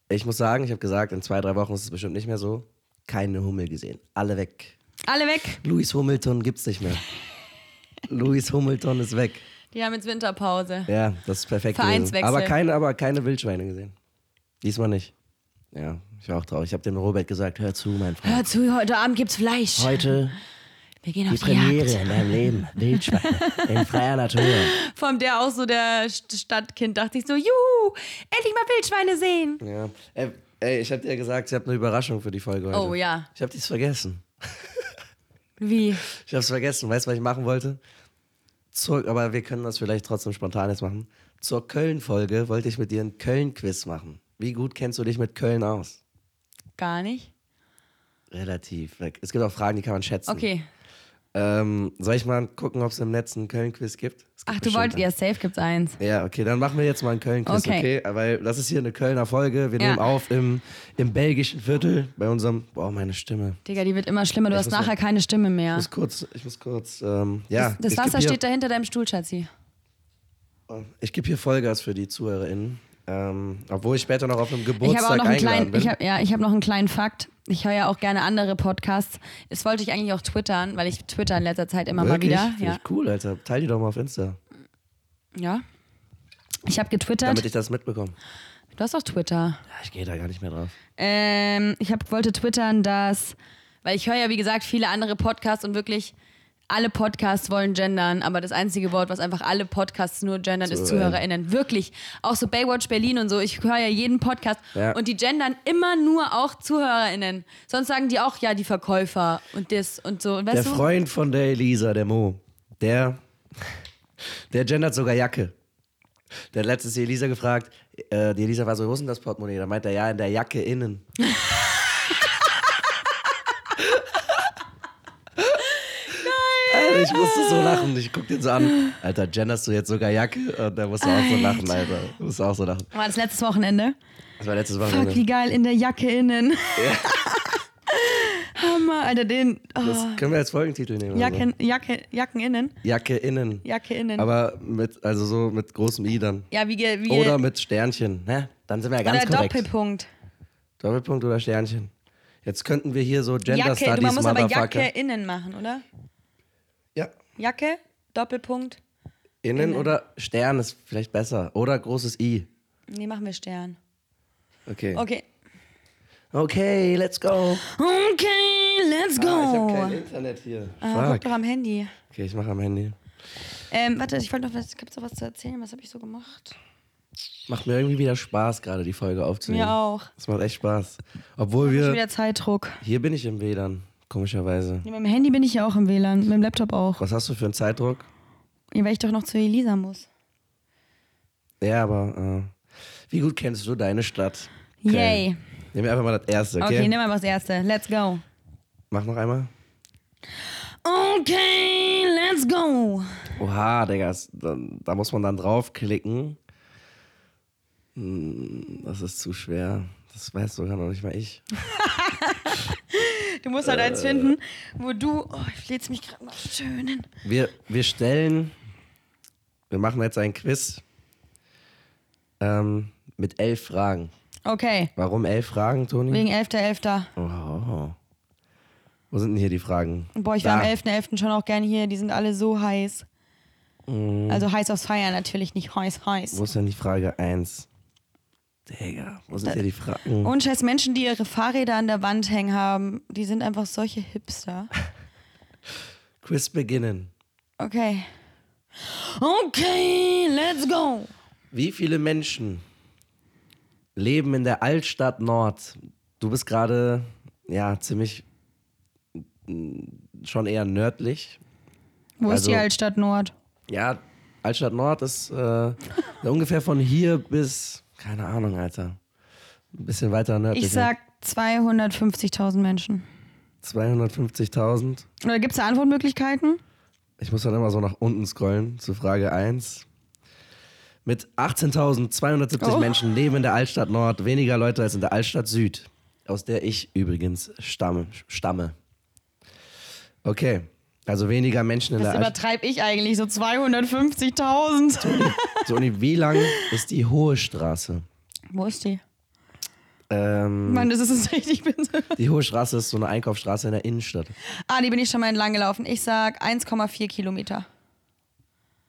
Ich muss sagen, ich habe gesagt, in zwei, drei Wochen ist es bestimmt nicht mehr so. Keine Hummel gesehen. Alle weg.
Alle weg.
Louis Hummelton gibt's nicht mehr. Louis Hummelton ist weg.
Die haben jetzt Winterpause.
Ja, das ist perfekt. Gewesen.
Vereinswechsel.
Aber keine, aber keine Wildschweine gesehen. Diesmal nicht. Ja, ich war auch traurig. Ich habe dem Robert gesagt, hör zu, mein Freund.
Hör zu, heute Abend gibt's Fleisch.
Heute
Wir gehen
die
auf die,
Premiere
Jagd.
in deinem Leben. Wildschweine. In freier Natur.
Von der auch so der St- Stadtkind dachte ich so, juhu, endlich mal Wildschweine sehen.
Ja. Ey, ey ich hab dir gesagt, ich habe eine Überraschung für die Folge heute.
Oh, ja.
Ich habe dies vergessen.
Wie?
Ich hab's vergessen. Weißt du, was ich machen wollte? Zur, aber wir können das vielleicht trotzdem spontan jetzt machen. Zur Köln-Folge wollte ich mit dir ein Köln-Quiz machen. Wie gut kennst du dich mit Köln aus?
Gar nicht?
Relativ. Es gibt auch Fragen, die kann man schätzen.
Okay.
Ähm, soll ich mal gucken, ob es im Netz einen Köln-Quiz gibt? Es gibt
Ach, du
bestimmt
wolltest,
einen.
ja, safe gibt's eins.
Ja, okay, dann machen wir jetzt mal einen Köln-Quiz,
Okay.
okay. Weil das ist hier eine Kölner Folge. Wir
Ja.
nehmen auf im, im belgischen Viertel bei unserem. Boah, meine Stimme.
Digga, die wird immer schlimmer, du hast
muss
nachher keine Stimme mehr.
Ich muss kurz, ich muss kurz. Ähm, ja,
das
ich
Wasser
geb hier,
steht da hinter deinem Stuhl, Schatzi.
Ich gebe hier Vollgas für die ZuhörerInnen. Ähm, obwohl ich später noch auf einem
Ich habe auch
Geburtstag
noch einen
eingeladen
kleinen,
bin.
ich hab, ja, ich habe noch einen kleinen Fakt. Ich höre ja auch gerne andere Podcasts. Das wollte ich eigentlich auch twittern, weil ich twitter in letzter Zeit immer
Wirklich?
mal
Find
wieder. Ja.
Ich cool, Alter. Teil die doch mal auf Insta,
ja. Ich habe getwittert.
damit ich das mitbekomme.
du hast auch Twitter.
Ja, ich gehe da gar nicht mehr drauf.
Ähm, ich hab, wollte twittern, dass, weil ich höre ja, wie gesagt, viele andere Podcasts und wirklich alle Podcasts wollen gendern, aber das einzige Wort, was einfach alle Podcasts nur gendern, ist
ZuhörerInnen.
ZuhörerInnen. Wirklich. Auch so Baywatch Berlin und so. Ich höre ja jeden Podcast
Ja.
und die gendern immer nur auch ZuhörerInnen. Sonst sagen die auch, ja, die Verkäufer und das und so. Und
Der
Weißt du?
Freund von der Elisa, der Mo, der, der gendert sogar Jacke. Der hat letztens die Elisa gefragt, äh, die Elisa war so, wo ist denn das Portemonnaie? Da meint er, ja, in der Jacke innen. Alter, ich musste so lachen. Ich guck den so an. Alter, genderst du jetzt sogar Jacke? Und da musst du auch so lachen, Alter. Du musst auch so lachen.
War das letztes Wochenende?
Das war letztes
Fuck,
Wochenende.
wie geil, in der Jacke innen. Hammer, Alter, den. Oh,
Das also- können wir als Folgentitel nehmen. oder so.
Jacken, Jacke, Jacken innen.
Jacke innen.
Jacke innen.
Aber mit, also so mit großem I dann.
Ja, wie, ge- wie
Oder mit Sternchen, ne? Dann sind wir ja ganz
Oder
korrekt.
Doppelpunkt.
Doppelpunkt oder Sternchen. Jetzt könnten wir hier so Gender
Jacke,
Studies
du, man muss aber
Motherfucker.
Jacke innen machen, oder?
Ja.
Jacke, Doppelpunkt.
Innen, oder Stern ist vielleicht besser. Oder großes I.
Nee, machen wir Stern.
Okay. Okay,
Okay.
let's go.
Okay, let's go.
Ah, ich habe kein Internet hier.
Ah, guck
Fuck.
doch am Handy.
Okay, ich mache am Handy.
Ähm, warte, ich wollte noch was, gibt's noch was zu erzählen? Was habe ich so gemacht?
Macht mir irgendwie wieder Spaß, gerade die Folge aufzunehmen.
Mir auch.
Es macht echt Spaß. Obwohl
Ich
wir.
wieder Zeitdruck.
Hier bin ich im WLAN, komischerweise.
Nee, mit dem Handy bin ich ja auch im WLAN, mit dem Laptop auch.
Was hast du für einen Zeitdruck?
Ja, weil ich doch noch zu Elisa muss.
Ja, aber äh, wie gut kennst du deine Stadt?
Yay.
Nehmen wir einfach mal das erste, okay?
Okay, nimm mal das erste. Let's go.
Mach noch einmal.
Okay, let's go.
Oha, Digga, das- da, da muss man dann draufklicken. Hm, Das ist zu schwer. Das weiß sogar noch nicht mal ich.
Du musst halt eins finden, wo du. Oh, ich läd's mich gerade mal schön hin.
Wir, wir stellen, wir machen jetzt ein Quiz ähm, mit elf Fragen.
Okay,
Warum elf Fragen, Toni?
wegen 11.11.
Oh. Wo sind denn hier die Fragen?
Boah, ich
Da.
war am 11.11. schon auch gerne hier. Die sind alle so heiß. Also heiß aufs Feiern natürlich, nicht heiß, heiß.
Wo ist denn die Frage 1? Digga, wo sind hier die Fragen?
Und scheiß Menschen, die ihre Fahrräder an der Wand hängen haben, die sind einfach solche Hipster.
Quiz beginnen.
Okay. Okay, let's go.
Wie viele Menschen leben in der Altstadt Nord? Du bist gerade, ja, ziemlich mm, schon eher nördlich.
Wo ist
Also-
die Altstadt Nord?
Ja, Altstadt Nord ist äh, ungefähr von hier bis, keine Ahnung, Alter. Ein bisschen weiter nördlich.
Ich sag 250.000 Menschen.
250.000.
Oder gibt es da Antwortmöglichkeiten?
Ich muss dann immer so nach unten scrollen zu Frage 1. Mit 18.270
Oh.
Menschen leben in der Altstadt Nord weniger Leute als in der Altstadt Süd, aus der ich übrigens stamme. stamme. Okay, also weniger Menschen in
Das
der Altstadt.
übertreibe ich eigentlich, so 250.000.
Toni, wie lang ist die Hohe Straße?
Wo ist die?
Ähm,
Mann, das ist es richtig. Ich bin so
die Hohe Straße ist so eine Einkaufsstraße in der Innenstadt.
ah, die bin ich schon mal entlang gelaufen. Ich sag 1,4 Kilometer.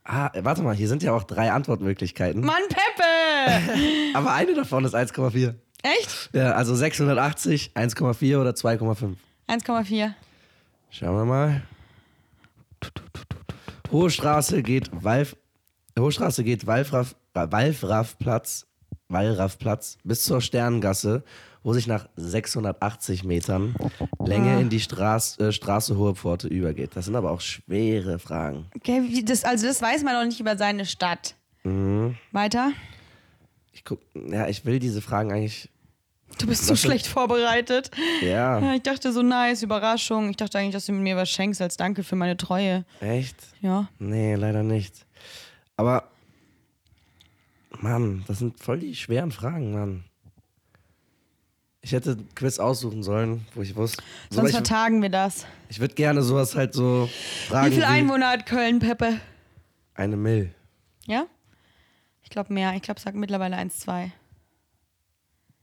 Ah, warte mal, hier sind ja auch drei Antwortmöglichkeiten.
Mann, Peppe!
Aber eine davon ist 1,4.
Echt?
Ja, also 680, 1,4 oder 2,5.
1,4.
Schauen wir mal. Hohe Straße geht Walf, Hohe Straße geht Walfraff, äh, Walfraffplatz, Wallraffplatz bis zur Sterngasse, wo sich nach 680 Metern Länge in die Straß, äh, Straße Hohe Pforte übergeht. Das sind aber auch schwere Fragen.
Okay, wie das, also das weiß man doch nicht über seine Stadt.
Mhm.
Weiter?
Ich guck, ja, ich will diese Fragen eigentlich.
Du bist so schlecht vorbereitet.
Ja,
Ich dachte so, nice, Überraschung. Ich dachte eigentlich, dass du mir was schenkst als Danke für meine Treue.
echt?
Ja.
Nee, leider nicht. Aber, Mann, das sind voll die schweren Fragen, Mann. Ich hätte ein Quiz aussuchen sollen, wo ich wusste. So,
Sonst
aber ich
vertagen wir das.
ich würde gerne sowas halt so fragen.
Wie viele
wie-
Einwohner hat Köln, Peppe?
Eine Mill.
Ja? Ich glaube mehr. Ich glaube, sag mittlerweile 1,2.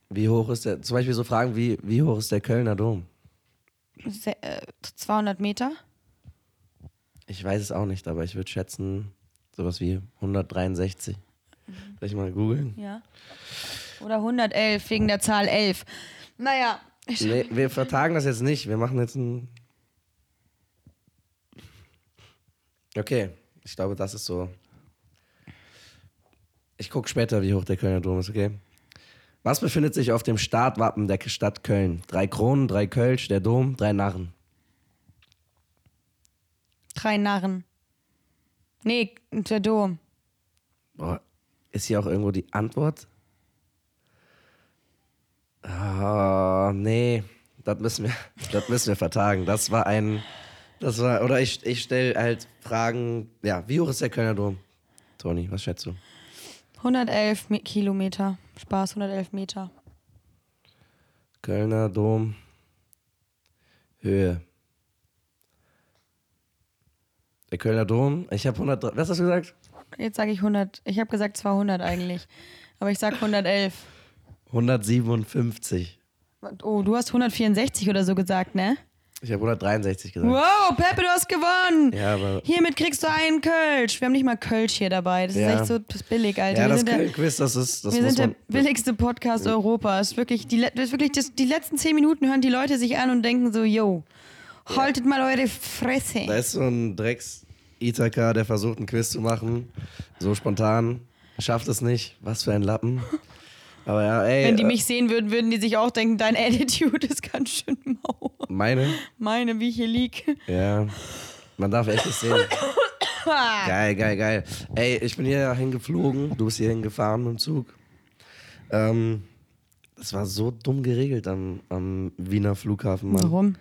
Wie hoch ist der? Zum Beispiel so Fragen wie: Wie hoch ist der Kölner Dom?
Se äh, 200 Meter?
Ich weiß es auch nicht, aber ich würde schätzen, sowas wie 163. Vielleicht mal googeln.
Ja. Oder 111 wegen der Zahl 11. Naja. Ich
Nee, wir vertagen das jetzt nicht. Wir machen jetzt ein. Okay, ich glaube, das ist so. Ich gucke später, wie hoch der Kölner Dom ist, okay? Was befindet sich auf dem Startwappen der Stadt Köln? Drei Kronen, drei Kölsch, der Dom, drei Narren.
drei Narren. Nee, der Dom.
Boah, ist hier auch irgendwo die Antwort? Ah, nee, das müssen wir, das müssen wir vertagen. Das war ein, das war, oder ich, ich stelle halt Fragen, ja, wie hoch ist der Kölner Dom? Toni, was schätzt du?
111 Me- Kilometer. Spaß, 111 Meter.
Kölner Dom, Höhe. Der Kölner Dom, ich habe 103, was hast du gesagt?
Jetzt sage ich 100. Ich habe gesagt 200 eigentlich. Aber ich sag 111.
157.
Oh, du hast 164 oder so gesagt, ne?
Ich habe 163 gesagt.
Wow, Peppe, du hast gewonnen.
Ja, aber.
Hiermit kriegst du einen Kölsch. Wir haben nicht mal Kölsch hier dabei. Das
Ja.
ist echt so das ist billig, Alter.
Ja,
wir
das
sind, der,
Quiz, das ist. Das
wir
muss
sind der
man,
billigste Podcast Europas. Wirklich, die, le- das ist wirklich das, die letzten zehn Minuten hören die Leute sich an und denken so, yo, haltet mal eure Fresse.
Da ist so ein Drecks Ithaca, der versucht, einen Quiz zu machen. So spontan. Schafft es nicht. Was für ein Lappen. Aber ja, ey.
Wenn die
äh,
mich sehen würden, würden die sich auch denken, dein Attitude ist ganz schön mau.
äh, Meine?
Meine, wie ich hier lieg.
Ja. Man darf echt nicht sehen.
Ah.
geil, geil, geil. Ey, ich bin hier hingeflogen. Du bist hier hingefahren mit dem Zug. Ähm. Es war so dumm geregelt am, am Wiener Flughafen, Mann.
Warum?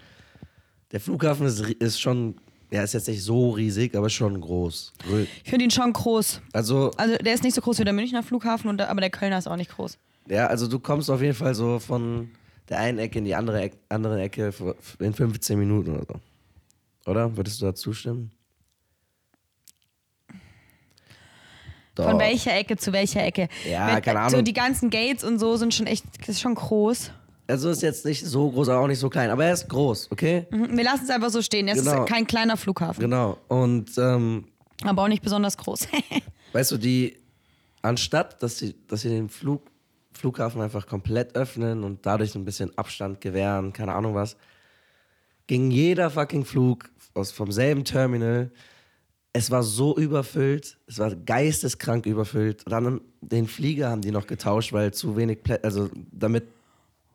Der Flughafen ist, ri- ist schon, ja, ist jetzt nicht so riesig, aber schon groß. Grö-
Ich finde ihn schon groß.
Also,
Also der ist nicht so groß wie der Münchner Flughafen, und, aber der Kölner ist auch nicht groß.
ja, also du kommst auf jeden Fall so von der einen Ecke in die andere Ecke, andere Ecke f- f- in 15 Minuten oder so. Oder? Würdest du da zustimmen?
Von
Doch.
welcher Ecke zu welcher Ecke?
Oh. Ja, keine
So
Ahnung.
die ganzen Gates und so sind schon echt, das ist schon groß.
Also ist jetzt nicht so groß, aber auch nicht so klein. Aber er ist groß, okay?
Mhm, Wir lassen es einfach so stehen. Es
Genau.
ist kein kleiner Flughafen,
Genau. Und ähm,
aber auch nicht besonders groß.
Weißt du, die, anstatt, dass sie, dass sie den Flug, Flughafen einfach komplett öffnen und dadurch ein bisschen Abstand gewähren, keine Ahnung was, ging jeder fucking Flug aus, vom selben Terminal. Es war so überfüllt, es war geisteskrank überfüllt. Dann am- den Flieger haben die noch getauscht, weil zu wenig Plätze, also damit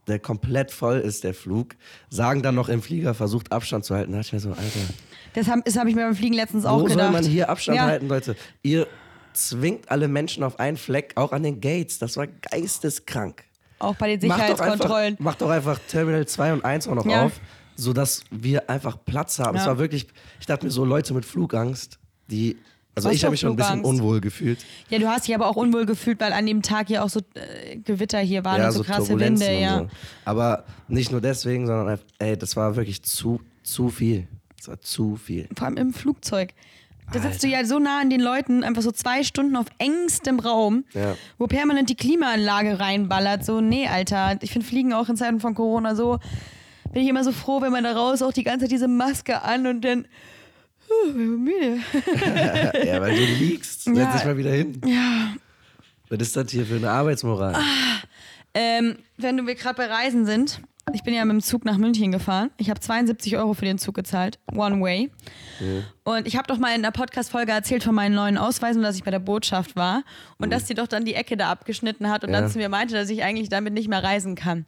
der komplett voll ist, der Flug. Sagen dann noch im Flieger, versucht Abstand zu halten. Da dachte ich mir so, Alter.
das habe hab ich mir beim Fliegen letztens auch
Wo
gedacht.
soll man hier Abstand
ja.
halten, Leute? Ihr zwingt alle Menschen auf einen Fleck, auch an den Gates. Das war geisteskrank.
Auch bei den
Macht doch, einfach,
Sicherheitskontrollen.
macht doch einfach Terminal 2 und 1 auch noch
Ja.
auf, sodass wir einfach Platz haben. Es
Ja.
war wirklich, ich dachte mir so, Leute mit Flugangst, die. Also
Du hast
ich habe
doch
mich schon ein bisschen
Flugangst.
unwohl gefühlt.
Ja, du hast dich aber auch unwohl gefühlt, weil an dem Tag hier auch so äh, Gewitter hier waren und so, krasse
Turbulenzen
Winde.
und
Ja.
so. Aber nicht nur deswegen, sondern einfach, ey, das war wirklich zu, zu viel. Das war zu viel.
Vor allem im Flugzeug. Da sitzt du ja so nah an den Leuten, einfach so zwei Stunden auf engstem Raum,
Ja.
wo permanent die Klimaanlage reinballert. So, nee, Alter. Ich finde Fliegen auch in Zeiten von Corona so. Bin ich immer so froh, wenn man da raus auch die ganze Zeit diese Maske an und dann. Huh, ich bin müde.
Ja, weil du liegst. Setz
Ja.
dich mal wieder hin.
Ja.
Was ist das hier für eine Arbeitsmoral?
Ähm, wenn du- wir gerade bei Reisen sind, ich bin ja mit dem Zug nach München gefahren. Ich habe 72 Euro für den Zug gezahlt, one way. Und ich habe doch mal in einer Podcast-Folge erzählt von meinen neuen Ausweisen, dass ich bei der Botschaft war und dass sie doch dann die Ecke da abgeschnitten hat und
Mhm. Ja. Mhm.
dann zu mir meinte, dass ich eigentlich damit nicht mehr reisen kann.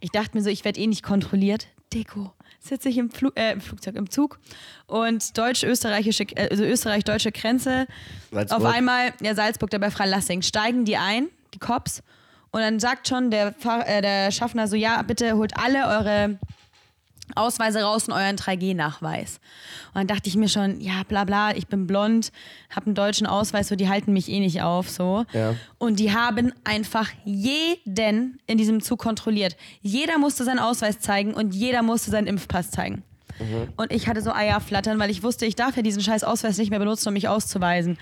Ich dachte mir so, ich werde eh nicht kontrolliert. Deko. Sitze ich im, Flu äh, im Flugzeug, im Zug und deutsch-österreichische, äh, also österreich-deutsche Grenze.
Salzburg.
Auf einmal, ja, Salzburg, dabei Freilassing, steigen die ein, die Cops, und dann sagt schon der, Fahr äh, der Schaffner so: Ja, bitte holt alle eure Ausweise raus und euren 3G-Nachweis. Und dann dachte ich mir schon, ja, bla bla, ich bin blond, habe einen deutschen Ausweis, so die halten mich eh nicht auf, so.
Ja.
Und die haben einfach jeden in diesem Zug kontrolliert. Jeder musste seinen Ausweis zeigen und jeder musste seinen Impfpass zeigen.
Mhm.
Und ich hatte so Eier flattern, weil ich wusste, ich darf ja diesen scheiß Ausweis nicht mehr benutzen, um mich auszuweisen.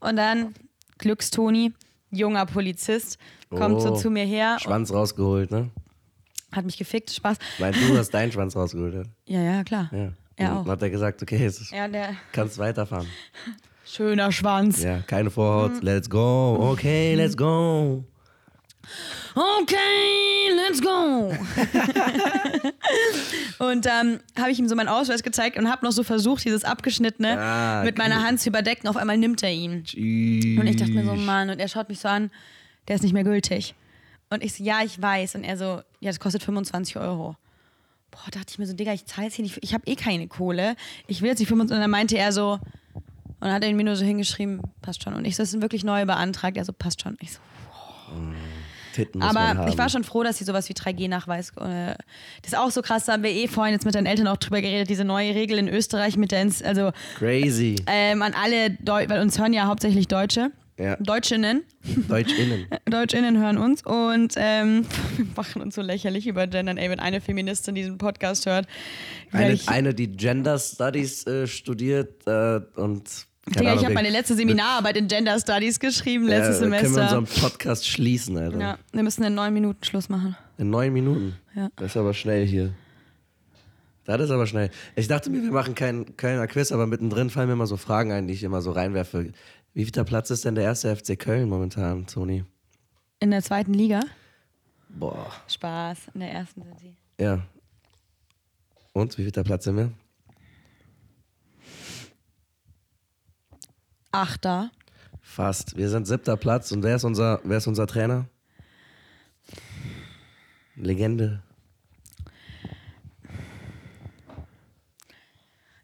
Und dann Glückstoni, junger Polizist, kommt so
Oh.
zu mir her,
Schwanz rausgeholt, ne?
hat mich gefickt, Spaß.
Weil du hast deinen Schwanz rausgeholt. Ja.
Ja, ja, klar.
ja.
Ja,
Und
auch.
hat er gesagt, okay, es ist,
Ja, der
kannst weiterfahren.
schöner Schwanz.
Ja, keine
Mhm.
Vorhaut. Let's go. Okay, let's go.
okay, let's go. und dann habe ich ihm so meinen Ausweis gezeigt und habe noch so versucht, dieses Abgeschnittene
Ah,
mit meiner Hand zu überdecken. Auf einmal nimmt er ihn. Und ich dachte mir so, Mann, und er schaut mich so an, der ist nicht mehr gültig. Und ich so, ja, ich weiß. Und er so, ja, das kostet 25 Euro. Boah, dachte ich mir so, Digga, ich zahle jetzt hier nicht, ich habe eh keine Kohle. Ich will jetzt die 25. Und dann meinte er so, und dann hat er mir nur so hingeschrieben, passt schon. Und ich so, das sind wirklich neu beantragt. Er so, passt schon. Ich so,
Titten muss man
aber
haben.
ich war schon froh, dass sie sowas wie 3G-Nachweis. Äh, das ist auch so krass, da haben wir eh vorhin jetzt mit deinen Eltern auch drüber geredet, diese neue Regel in Österreich mit der, Ins also
Crazy.
ähm, an alle, Deu weil uns hören ja hauptsächlich Deutsche.
Ja.
Deutschinnen.
Deutsch innen.
DeutschInnen hören uns und ähm, wir machen uns so lächerlich über Gendern. Ey, wenn eine Feministin diesen Podcast hört, werde
Eine,
ich,
eine, die Gender Studies äh, studiert äh, und.
Digga, ich habe
Ahnung,
meine letzte Seminararbeit in Gender Studies geschrieben,
äh,
letztes
Können wir
Semester.
unseren Podcast schließen, Alter.
Ja, wir müssen in neun Minuten Schluss machen.
In neun Minuten.
Ja.
Das ist aber schnell hier. Das ist aber schnell. Ich dachte mir, wir machen keinen Kölner Quiz, aber mittendrin fallen mir immer so Fragen ein, die ich immer so reinwerfe. Wie viel Platz ist denn der erste FC Köln momentan, Toni?
In der zweiten Liga?
Boah.
Spaß, in der ersten sind sie.
Ja. Und wie viel Platz sind wir?
Achter.
Fast. Wir sind siebter Platz. Und wer ist unser, wer ist unser Trainer? Legende.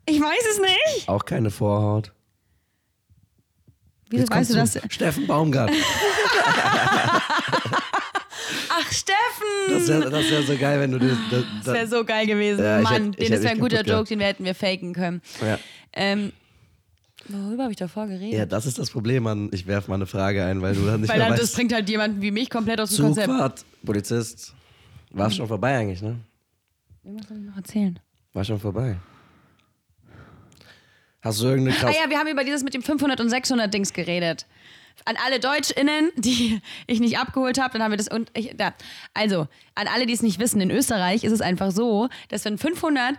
Ich weiß es nicht.
Auch keine Vorhaut.
Wieso
Jetzt
weißt du
kommst
das?
Steffen Baumgart.
Ach, Steffen!
Das wäre das wär so geil, wenn du das. das,
Ah, Das wäre so geil gewesen.
Ja, ich hätt-
Mann,
ich hätt
den, das
mich
wäre ein guter
kaputt
Joke,
gelacht.
den wir hätten wir faken können.
ja.
Ähm, worüber habe ich davor geredet?
ja, das ist das Problem, Mann. Ich werfe mal eine Frage ein, weil du dann nicht
Mhm. Weil
mehr
dann,
weißt.
das bringt halt jemanden wie mich komplett aus dem Konzept. Mhm.
Zugfahrt, Polizist. War schon vorbei eigentlich, ne?
Irgendwas soll ich noch erzählen.
War schon vorbei. Hast du irgendeine
Ah
krass...
ja, wir haben über dieses mit dem 500 und 600 Dings geredet. An alle DeutschInnen, die ich nicht abgeholt habe, dann haben wir das und ich, da. Also, an alle, die es nicht wissen, in Österreich ist es einfach so, dass wenn 500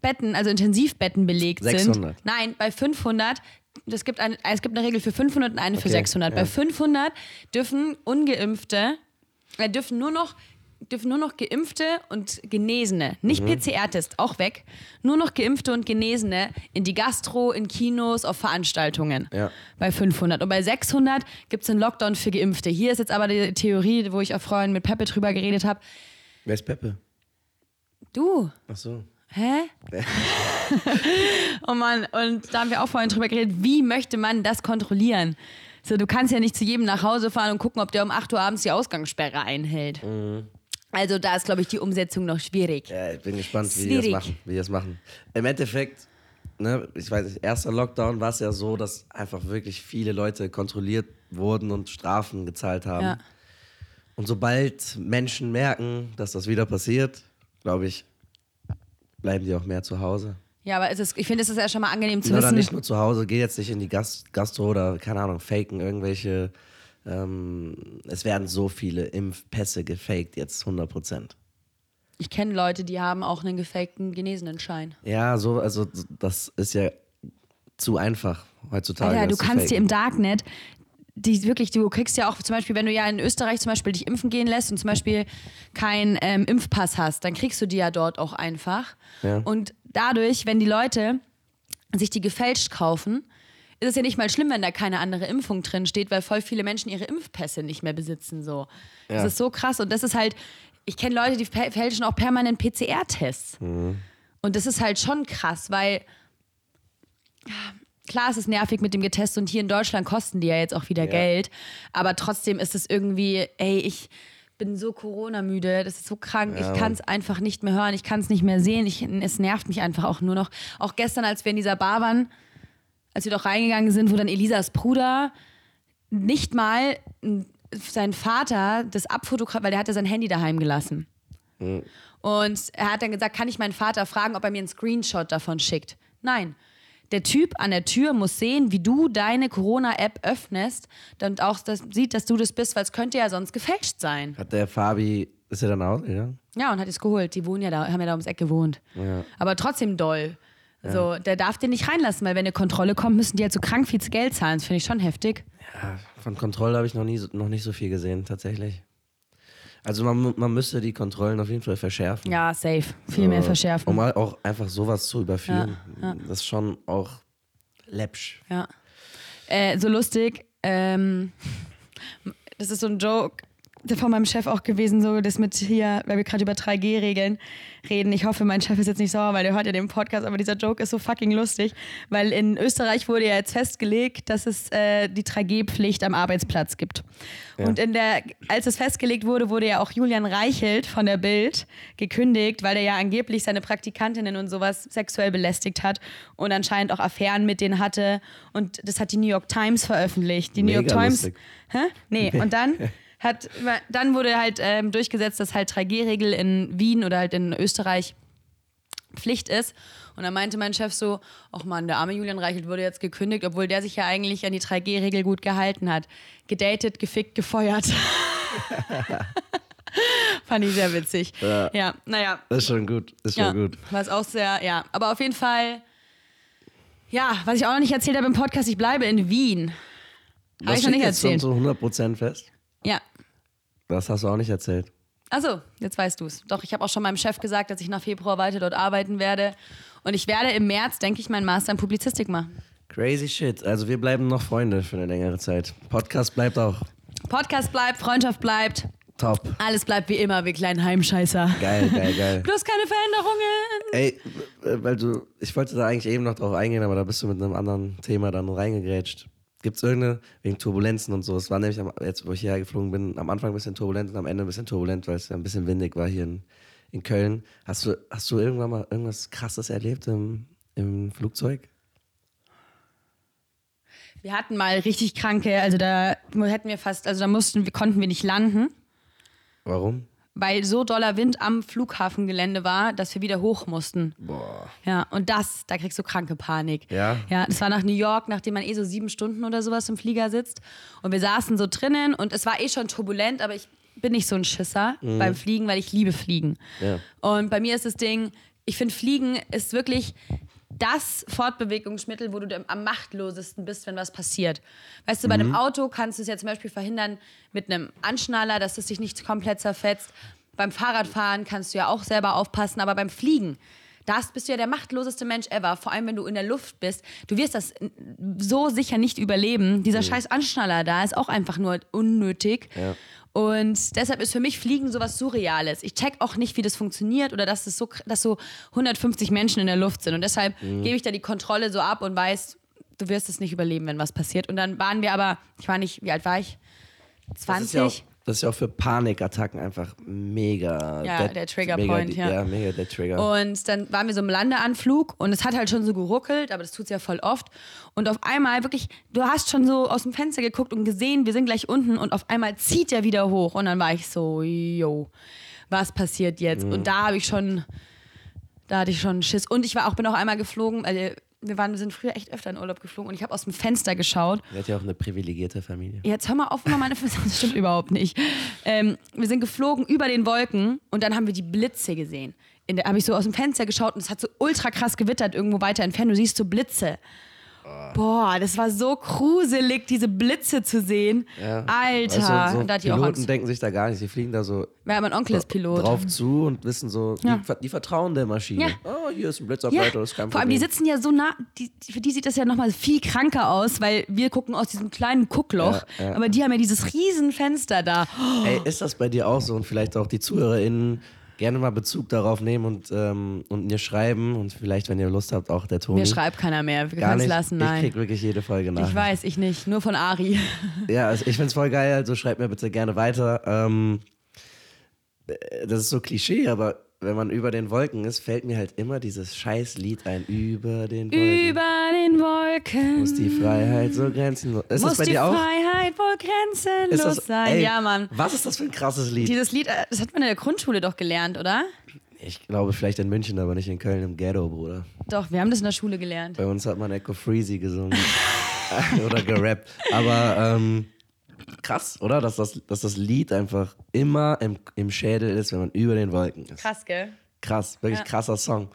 Betten, also Intensivbetten belegt
600.
sind. Nein, bei 500, das gibt eine, es gibt eine Regel für 500 und eine für
Okay,
600. Bei
ja.
500 dürfen Ungeimpfte, äh, dürfen nur noch dürfen nur noch Geimpfte und Genesene, nicht PCR-Test, auch weg, nur noch Geimpfte und Genesene in die Gastro, in Kinos, auf Veranstaltungen.
Ja.
Bei 500. Und bei 600 gibt es einen Lockdown für Geimpfte. Hier ist jetzt aber die Theorie, wo ich auch vorhin mit Peppe drüber geredet habe.
Wer ist Peppe?
Du,
Ach so.
Hä? oh Mann, und da haben wir auch vorhin drüber geredet, wie möchte man das kontrollieren? So, du kannst ja nicht zu jedem nach Hause fahren und gucken, ob der um 8 Uhr abends die Ausgangssperre einhält. Also da ist, glaube ich, die Umsetzung noch schwierig.
Mhm. Ja, ich bin gespannt, wie die, das
Schwierig.
machen, wie die das machen. Im Endeffekt, ne, ich weiß nicht, erster Lockdown war es ja so, dass einfach wirklich viele Leute kontrolliert wurden und Strafen gezahlt haben.
Ja.
Und sobald Menschen merken, dass das wieder passiert, glaube ich, bleiben die auch mehr zu Hause.
Ja, aber es ist, ich finde, es ist ja schon mal angenehm zu
Na, Oder
wissen.
halt nicht nur zu Hause, geh jetzt nicht in die Gast Gastro oder, keine Ahnung, faken irgendwelche. Ähm, es werden so viele Impfpässe gefaked, jetzt 100 Prozent.
Ich kenne Leute, die haben auch einen gefakten Genesenenschein.
Ja, so, also das ist ja zu einfach heutzutage.
Alter, du
das zu
kannst dir
faken.
im Darknet die wirklich, du kriegst ja auch zum Beispiel, wenn du ja in Österreich zum Beispiel dich impfen gehen lässt und zum Beispiel keinen ähm, Impfpass hast, dann kriegst du die ja dort auch einfach.
Ja.
Und dadurch, wenn die Leute sich die gefälscht kaufen, ist es ja nicht mal schlimm, wenn da keine andere Impfung drin steht, weil voll viele Menschen ihre Impfpässe nicht mehr besitzen. So. Das
Ja.
ist so krass. Und das ist halt, ich kenne Leute, die fä- fälschen auch permanent PCR-Tests. Und das ist halt schon krass, weil klar, es ist nervig mit dem Getest und hier in Deutschland kosten die ja jetzt auch wieder Geld. Aber trotzdem ist es irgendwie, ey, ich bin so Corona-müde, das ist so krank, ich kann es einfach nicht mehr hören, ich kann es nicht mehr sehen, ich, es nervt mich einfach auch nur noch. Auch gestern, als wir in dieser Bar waren, als wir doch reingegangen sind, wo dann Elisas Bruder nicht mal n- seinen Vater das abfotografiert, weil der hatte sein Handy daheim gelassen. Und er hat dann gesagt, kann ich meinen Vater fragen, ob er mir einen Screenshot davon schickt? Nein. Der Typ an der Tür muss sehen, wie du deine Corona-App öffnest und auch das, sieht, dass du das bist, weil es könnte ja sonst gefälscht sein.
Hat der Fabi, ist er dann ausgegangen?
Ja, und hat es geholt. Die wohnen ja da, haben ja da ums Eck gewohnt. Aber trotzdem doll. So, der darf den nicht reinlassen, weil wenn eine Kontrolle kommt, müssen die halt so krank viel Geld zahlen. Das finde ich schon heftig.
Ja, von Kontrollen habe ich noch, nie, so- noch nicht so viel gesehen, tatsächlich. Also man, mu- man müsste die Kontrollen auf jeden Fall verschärfen.
Ja, safe. Viel mehr
Äh, Um
verschärfen.
mal auch einfach sowas zu überführen. Das ist schon auch läppsch.
Ja. Äh, so lustig. Ähm, das ist so ein Joke der von meinem Chef auch gewesen, so das mit hier, weil wir gerade über 3G-Regeln reden. Ich hoffe, mein Chef ist jetzt nicht sauer, weil der hört ja den Podcast, aber dieser Joke ist so fucking lustig, weil in Österreich wurde ja jetzt festgelegt, dass es äh, die 3G-Pflicht am Arbeitsplatz gibt. Und in der, als es festgelegt wurde, wurde ja auch Julian Reichelt von der Bild gekündigt, weil er ja angeblich seine Praktikantinnen und sowas sexuell belästigt hat und anscheinend auch Affären mit denen hatte. Und das hat die New York Times veröffentlicht. Die New York
Mega
Times.
lustig.
Hä? Nee, und dann hat dann wurde halt ähm, durchgesetzt, dass halt 3G-Regel in Wien oder halt in Österreich Pflicht ist. Und dann meinte mein Chef so, ach man, der arme Julian Reichelt wurde jetzt gekündigt, obwohl der sich ja eigentlich an die 3G-Regel gut gehalten hat. Gedatet, gefickt, gefeuert. Fand ich sehr witzig.
Ja.
ja naja.
Das ist schon gut, ist schon
Ja,
gut.
war es auch sehr, ja. Aber auf jeden Fall, ja, was ich auch noch nicht erzählt habe im Podcast, ich bleibe in Wien. Habe ich noch nicht
jetzt schon
erzählt.
zu 100% fest?
Ja.
Das hast du auch nicht erzählt.
Achso, jetzt weißt du es. Doch, ich habe auch schon meinem Chef gesagt, dass ich nach Februar weiter dort arbeiten werde. Und ich werde im März, denke ich, meinen Master in Publizistik machen.
Crazy shit. Also wir bleiben noch Freunde für eine längere Zeit. Podcast bleibt auch
Podcast bleibt, Freundschaft bleibt,
top.
alles bleibt wie immer, wir kleinen Heimscheißer.
Geil, geil, geil.
Bloß keine Veränderungen.
Ey, äh, weil du, ich wollte da eigentlich eben noch drauf eingehen, aber da bist du mit einem anderen Thema dann reingegrätscht. Gibt es irgendeine, wegen Turbulenzen und so, es war nämlich, am, jetzt wo ich hierher geflogen bin, am Anfang ein bisschen turbulent und am Ende ein bisschen turbulent, weil es ja ein bisschen windig war hier in, in Köln. Hast du, hast du irgendwann mal irgendwas Krasses erlebt im, im Flugzeug?
Wir hatten mal richtig kranke, also da hätten wir fast, also da mussten, wir konnten wir nicht landen.
Warum?
weil so doller Wind am Flughafengelände war, dass wir wieder hoch mussten.
Boah.
Ja, und das, da kriegst du kranke Panik.
Ja?
Ja, das war nach New York, nachdem man eh so sieben Stunden oder sowas im Flieger sitzt. Und wir saßen so drinnen und es war eh schon turbulent, aber ich bin nicht so ein Schisser beim Fliegen, weil ich liebe Fliegen.
Mhm. Ja.
Und bei mir ist das Ding, ich finde Fliegen ist wirklich das Fortbewegungsmittel, wo du dem- am machtlosesten bist, wenn was passiert. Weißt du, bei einem Auto kannst du es ja zum Beispiel verhindern mit einem Anschnaller, dass es dich nicht komplett zerfetzt. Beim Fahrradfahren kannst du ja auch selber aufpassen, aber beim Fliegen, da hast- bist du ja der machtloseste Mensch ever. Vor allem, wenn du in der Luft bist. Du wirst das n- so sicher nicht überleben. Dieser scheiß Anschnaller da ist auch einfach nur unnötig.
Ja.
Und deshalb ist für mich Fliegen sowas Surreales. Ich check auch nicht, wie das funktioniert oder dass, es so, kr- dass so 150 Menschen in der Luft sind. Und deshalb
Mhm.
gebe ich da die Kontrolle so ab und weiß, du wirst es nicht überleben, wenn was passiert. Und dann waren wir aber, ich war nicht, wie alt war ich? 20?
Das ist ja auch, das ist ja auch für Panikattacken einfach mega.
Ja, der Triggerpoint,
mega die-
ja. Oh.
Ja, mega der Trigger.
Und dann waren wir so im Landeanflug und es hat halt schon so geruckelt, aber das tut's ja voll oft. Und auf einmal wirklich, du hast schon so aus dem Fenster geguckt und gesehen, wir sind gleich unten und auf einmal zieht er wieder hoch und dann war ich so, yo, was passiert jetzt? Und da habe ich schon, da hatte ich schon Schiss. Und ich war auch, bin auch einmal geflogen, weil wir waren, wir sind früher echt öfter in Urlaub geflogen und ich habe aus dem Fenster geschaut
Der hat ja auch eine privilegierte Familie.
Jetzt hör mal auf, immer meine Das stimmt überhaupt nicht. Ähm, wir sind geflogen über den Wolken und dann haben wir die Blitze gesehen. In der habe ich so aus dem Fenster geschaut und es hat so ultra krass gewittert irgendwo weiter entfernt. Du siehst so Blitze.
Ah.
Boah, das war so gruselig, diese Blitze zu sehen. Alter,
Weißt du, so
da hatte ich auch
Piloten
Angst.
denken sich da gar nicht. Die fliegen da so
Weil mein Onkel ist Pilot.
drauf zu und wissen so, die,
Ja.
ver- die vertrauen der Maschine.
Ja.
Oh, hier ist ein
Ja,
Blitzableiter, das ist kein
vor allem die
Problem.
sitzen ja so nah, die, die- für die sieht das ja nochmal viel kranker aus, weil wir gucken aus diesem kleinen Guckloch,
Ja, ja.
aber die haben ja dieses riesen Fenster da.
Ey, ist das bei dir auch so und vielleicht auch die ZuhörerInnen gerne mal Bezug darauf nehmen und, ähm, und mir schreiben und vielleicht, wenn ihr Lust habt, auch der Ton.
Mir schreibt keiner mehr, wir
Gar
können es
nicht.
lassen,
Ich
nein.
krieg wirklich jede Folge nach.
Ich weiß, ich nicht. Nur von Ari.
Ja, also ich find's voll geil, also schreibt mir bitte gerne weiter. Ähm, äh, das ist so Klischee, aber wenn man über den Wolken ist, fällt mir halt immer dieses scheiß Lied ein. Über den Wolken
Über den Wolken
muss die Freiheit so grenzenlos. Ist
muss
das bei
die
dir auch?
Freiheit wohl grenzenlos
Ist das,
sein.
ey,
ja, Mann.
Was ist das für ein krasses Lied?
Dieses Lied, äh, das hat man in der Grundschule doch gelernt, oder?
Ich glaube, vielleicht in München, aber nicht in Köln im Ghetto, Bruder.
Doch, wir haben das in der Schule gelernt.
Bei uns hat man Echo Freezy gesungen. oder gerappt. Aber ähm, krass, oder? Dass das, dass das Lied einfach immer im, im Schädel ist, wenn man über den Wolken ist.
Krass, gell?
Krass, wirklich
Ja.
krasser Song.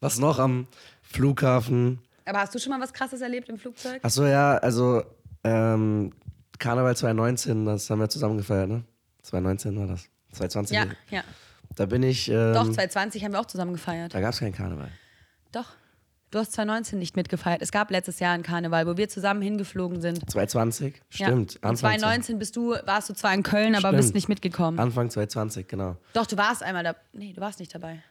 Was noch am Flughafen?
Aber hast du schon mal was Krasses erlebt im Flugzeug?
Achso, ja, also ähm, Karneval 2019, das haben wir zusammen gefeiert, ne? 2019 war das. 2020?
Ja, ja.
Da bin ich. Ähm,
Doch, 2020 haben wir auch zusammen gefeiert.
da gab es keinen Karneval.
Doch. Du hast 2019 nicht mitgefeiert. Es gab letztes Jahr einen Karneval, wo wir zusammen hingeflogen sind.
2020? Stimmt.
Ja. Und 2019 bist du, warst du zwar in Köln, aber
Stimmt.
bist nicht mitgekommen.
Anfang 2020, genau.
Doch, du warst einmal da. Nee, du warst nicht dabei.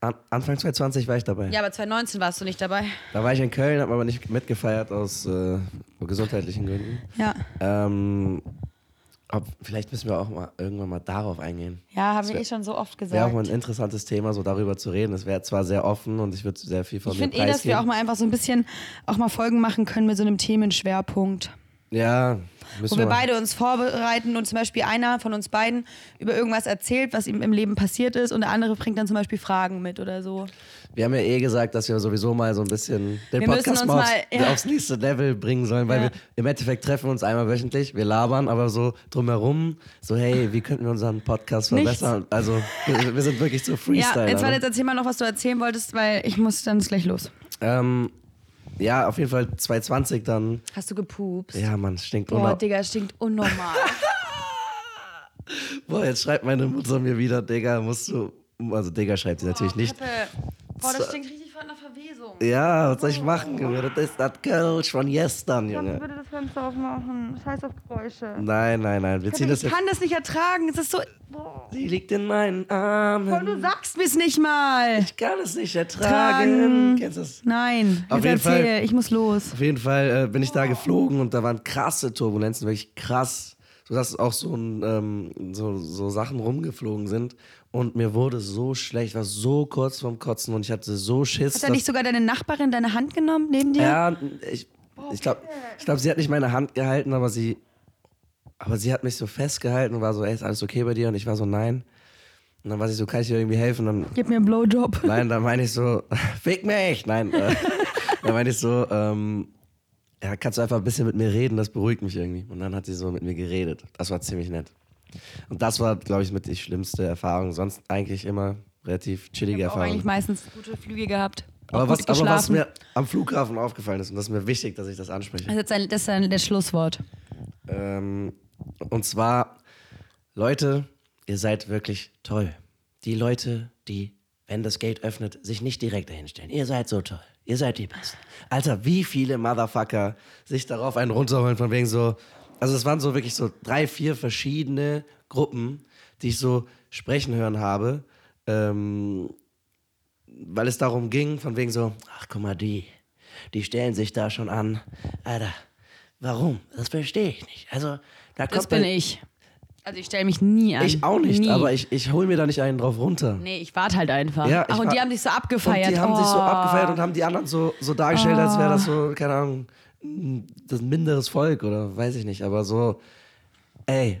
An Anfang 2020 war ich dabei.
Ja, aber 2019 warst du nicht dabei.
Da war ich in Köln, habe aber nicht mitgefeiert aus äh, gesundheitlichen Gründen.
Ja.
Ähm, ob, vielleicht müssen wir auch mal irgendwann mal darauf eingehen.
Ja, haben
Das
wir
wär-
eh schon so oft
Wäre auch
gesagt.
mal ein interessantes Thema, so darüber zu reden. Es wäre zwar sehr offen und ich würde sehr viel von
ich eh,
mir
finde eh, dass wir auch mal einfach so ein bisschen auch mal Folgen machen können mit so einem Themenschwerpunkt.
Ja, müssen
wo wir beide uns vorbereiten und zum Beispiel einer von uns beiden über irgendwas erzählt, was ihm im Leben passiert ist und der andere bringt dann zum Beispiel Fragen mit oder so.
Wir haben ja eh gesagt, dass wir sowieso mal so ein bisschen den
Wir
Podcast
müssen uns
mal aufs,
mal- ja.
aufs nächste Level bringen sollen, weil
Ja.
wir im Endeffekt treffen wir uns einmal wöchentlich, wir labern, aber so drumherum, so hey, wie könnten wir unseren Podcast
Nichts.
verbessern? Also wir, wir sind wirklich so Freestyle.
Ja, jetzt
ne?
warte, jetzt erzähl mal noch, was du erzählen wolltest, weil ich muss dann gleich los.
ähm, ja, auf jeden Fall 220 dann.
Hast du gepupst?
Ja, Mann, es stinkt
Boah,
unnormal.
Digga, stinkt unnormal.
Boah, jetzt schreibt meine Mutter mir wieder, Digga, musst du. Also Digga schreibt sie natürlich nicht.
Boah, das stinkt richtig von einer Verwesung.
Ja, was soll ich machen, Junge? Das ist das Kölsch von gestern, Junge.
bitte das Fenster aufmachen. Scheiß auf Geräusche.
Nein, nein, nein. Wir ziehen das
Ich
jetzt.
kann das nicht ertragen. Es ist so.
Sie liegt in meinen Armen.
Du sagst mir's nicht mal.
Ich kann es nicht ertragen.
Tragen.
Kennst du das?
Nein.
Auf
Jetzt
jeden Fall.
erzähl, ich muss los.
Auf jeden Fall äh, bin ich da geflogen und da waren krasse Turbulenzen, wirklich krass. Sodass auch so, ein, ähm, so, so Sachen rumgeflogen sind. Und mir wurde so schlecht, war so kurz vorm Kotzen und ich hatte so Schiss.
Hat er
dass-
nicht sogar deine Nachbarin deine Hand genommen neben dir?
Ja, ich, ich glaube, ich glaub, sie hat nicht meine Hand gehalten, aber sie, aber sie hat mich so festgehalten und war so, ey, ist alles okay bei dir? Und ich war so, nein. Und dann war sie so, kann ich dir irgendwie helfen? Und dann,
Gib mir einen Blowjob.
nein, dann meine ich so, fick mich! Nein, äh, dann meine ich so, ähm, ja, kannst du einfach ein bisschen mit mir reden, das beruhigt mich irgendwie. Und dann hat sie so mit mir geredet. Das war ziemlich nett. Und das war, glaube ich, mit die schlimmste Erfahrung. Sonst eigentlich immer relativ chillige
Auch
Erfahrung.
eigentlich meistens gute Flüge gehabt. Auch
Aber
gut
was, aber was
geschlafen.
mir am Flughafen aufgefallen ist, und das ist mir wichtig, dass ich das anspreche,
Das ist, jetzt ein, das ist ein, das Schlusswort.
ähm, und zwar, Leute, ihr seid wirklich toll. Die Leute, die, wenn das Gate öffnet, sich nicht direkt dahinstellen. Ihr seid so toll. Ihr seid die Besten. Alter, wie viele Motherfucker sich darauf einen runterholen, von wegen so. Also, es waren so wirklich so drei, vier verschiedene Gruppen, die ich so sprechen hören habe. Ähm, weil es darum ging, von wegen so, ach guck mal, die, die stellen sich da schon an. Alter, warum? Das verstehe ich nicht. Also, da kommt
Das bin
bei-
ich. Also ich stelle mich nie an.
Ich auch nicht,
nie.
aber ich, ich hole mir da nicht einen drauf runter.
Nee, ich warte halt einfach.
Ja, ich
Ach, und
war-
die haben dich so abgefeiert.
Und die haben
oh.
sich so abgefeiert und haben die anderen so, so dargestellt, als wäre das so, keine Ahnung, m, das minderes Volk oder weiß ich nicht, aber so, ey. äh,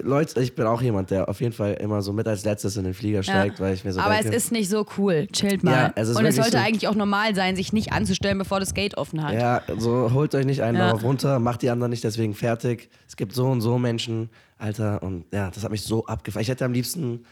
Leute, ich bin auch jemand, der auf jeden Fall immer so mit als letztes in den Flieger steigt, weil ich mir so
Aber
denke,
es ist nicht so cool. Chillt mal.
Ja, es ist
und es
wirklich
sollte
so-
eigentlich auch normal sein, sich nicht anzustellen, bevor das Gate offen hat.
Ja, so holt euch nicht einen
Ja.
darauf runter, macht die anderen nicht deswegen fertig. Es gibt so und so Menschen, Alter, und ja, das hat mich so abgefallen. Ich hätte am liebsten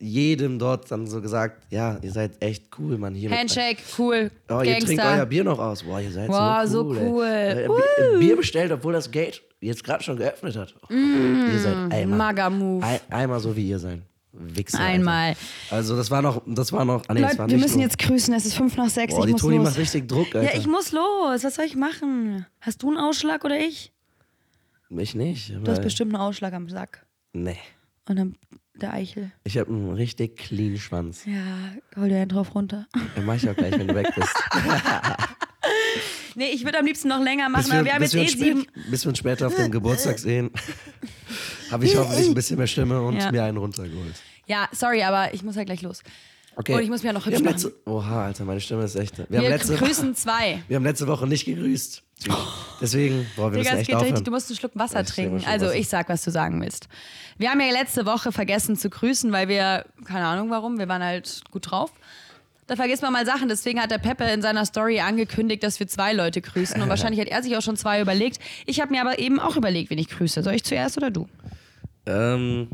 jedem dort dann so gesagt, ja, ihr seid echt cool, Mann. Hier mit-
Handshake, cool,
Oh, ihr trinkt euer
Gangster.
Bier noch aus. Boah, ihr seid
Wow,
so
so
cool.
cool.
Ey. Äh,
Woo.
Bier- Bier bestellt, obwohl das Gate jetzt gerade schon geöffnet hat. Oh, ihr seid einmal.
Mm, Maga-Move.
Ein, einmal so wie ihr sein. Wichser. Alter.
Einmal.
Also das war noch, das war noch, ah, nee, das
Leute,
war
wir
nicht
müssen
so.
jetzt grüßen. Es ist fünf nach sechs.
Boah,
ich
die
muss
Toni
los.
macht richtig Druck, Alter.
ja, ich muss los. Was soll ich machen? Hast du einen Ausschlag oder ich?
Mich nicht.
Du hast bestimmt einen Ausschlag am Sack.
Nee.
Und dann der Eichel.
Ich habe einen richtig clean Schwanz.
Ja, hol dir einen drauf runter.
Den mach ich auch gleich, wenn du weg bist.
Nee, ich würde am liebsten noch länger machen,
Bis
aber wir haben
bis
jetzt eh
uns spät-
sieben.
Bis wir uns später auf dem Geburtstag sehen, habe ich hoffentlich ein bisschen mehr Stimme und
Ja.
mir einen runtergeholt.
Ja, sorry, aber ich muss ja gleich los.
Okay.
Und ich muss mich ja noch
Wir
hübsch
haben
machen.
letzte, Oha, Alter, meine Stimme ist echt. Wir,
Wir
haben letzte,
grüßen zwei.
wir haben letzte Woche nicht gegrüßt. Deswegen, boah, wir
Digga,
müssen
es
echt
geht richtig, du
aufhören.
musst einen Schluck Wasser
Ich trinke mal
trinken.
Schluck
Also
Wasser.
ich sag, was du sagen willst. Wir haben ja letzte Woche vergessen zu grüßen, weil wir, keine Ahnung warum, wir waren halt gut drauf. Da vergisst man mal Sachen, deswegen hat der Peppe in seiner Story angekündigt, dass wir zwei Leute grüßen. Und wahrscheinlich hat er sich auch schon zwei überlegt. Ich habe mir aber eben auch überlegt, wen ich grüße. Soll ich zuerst oder du?
Ähm,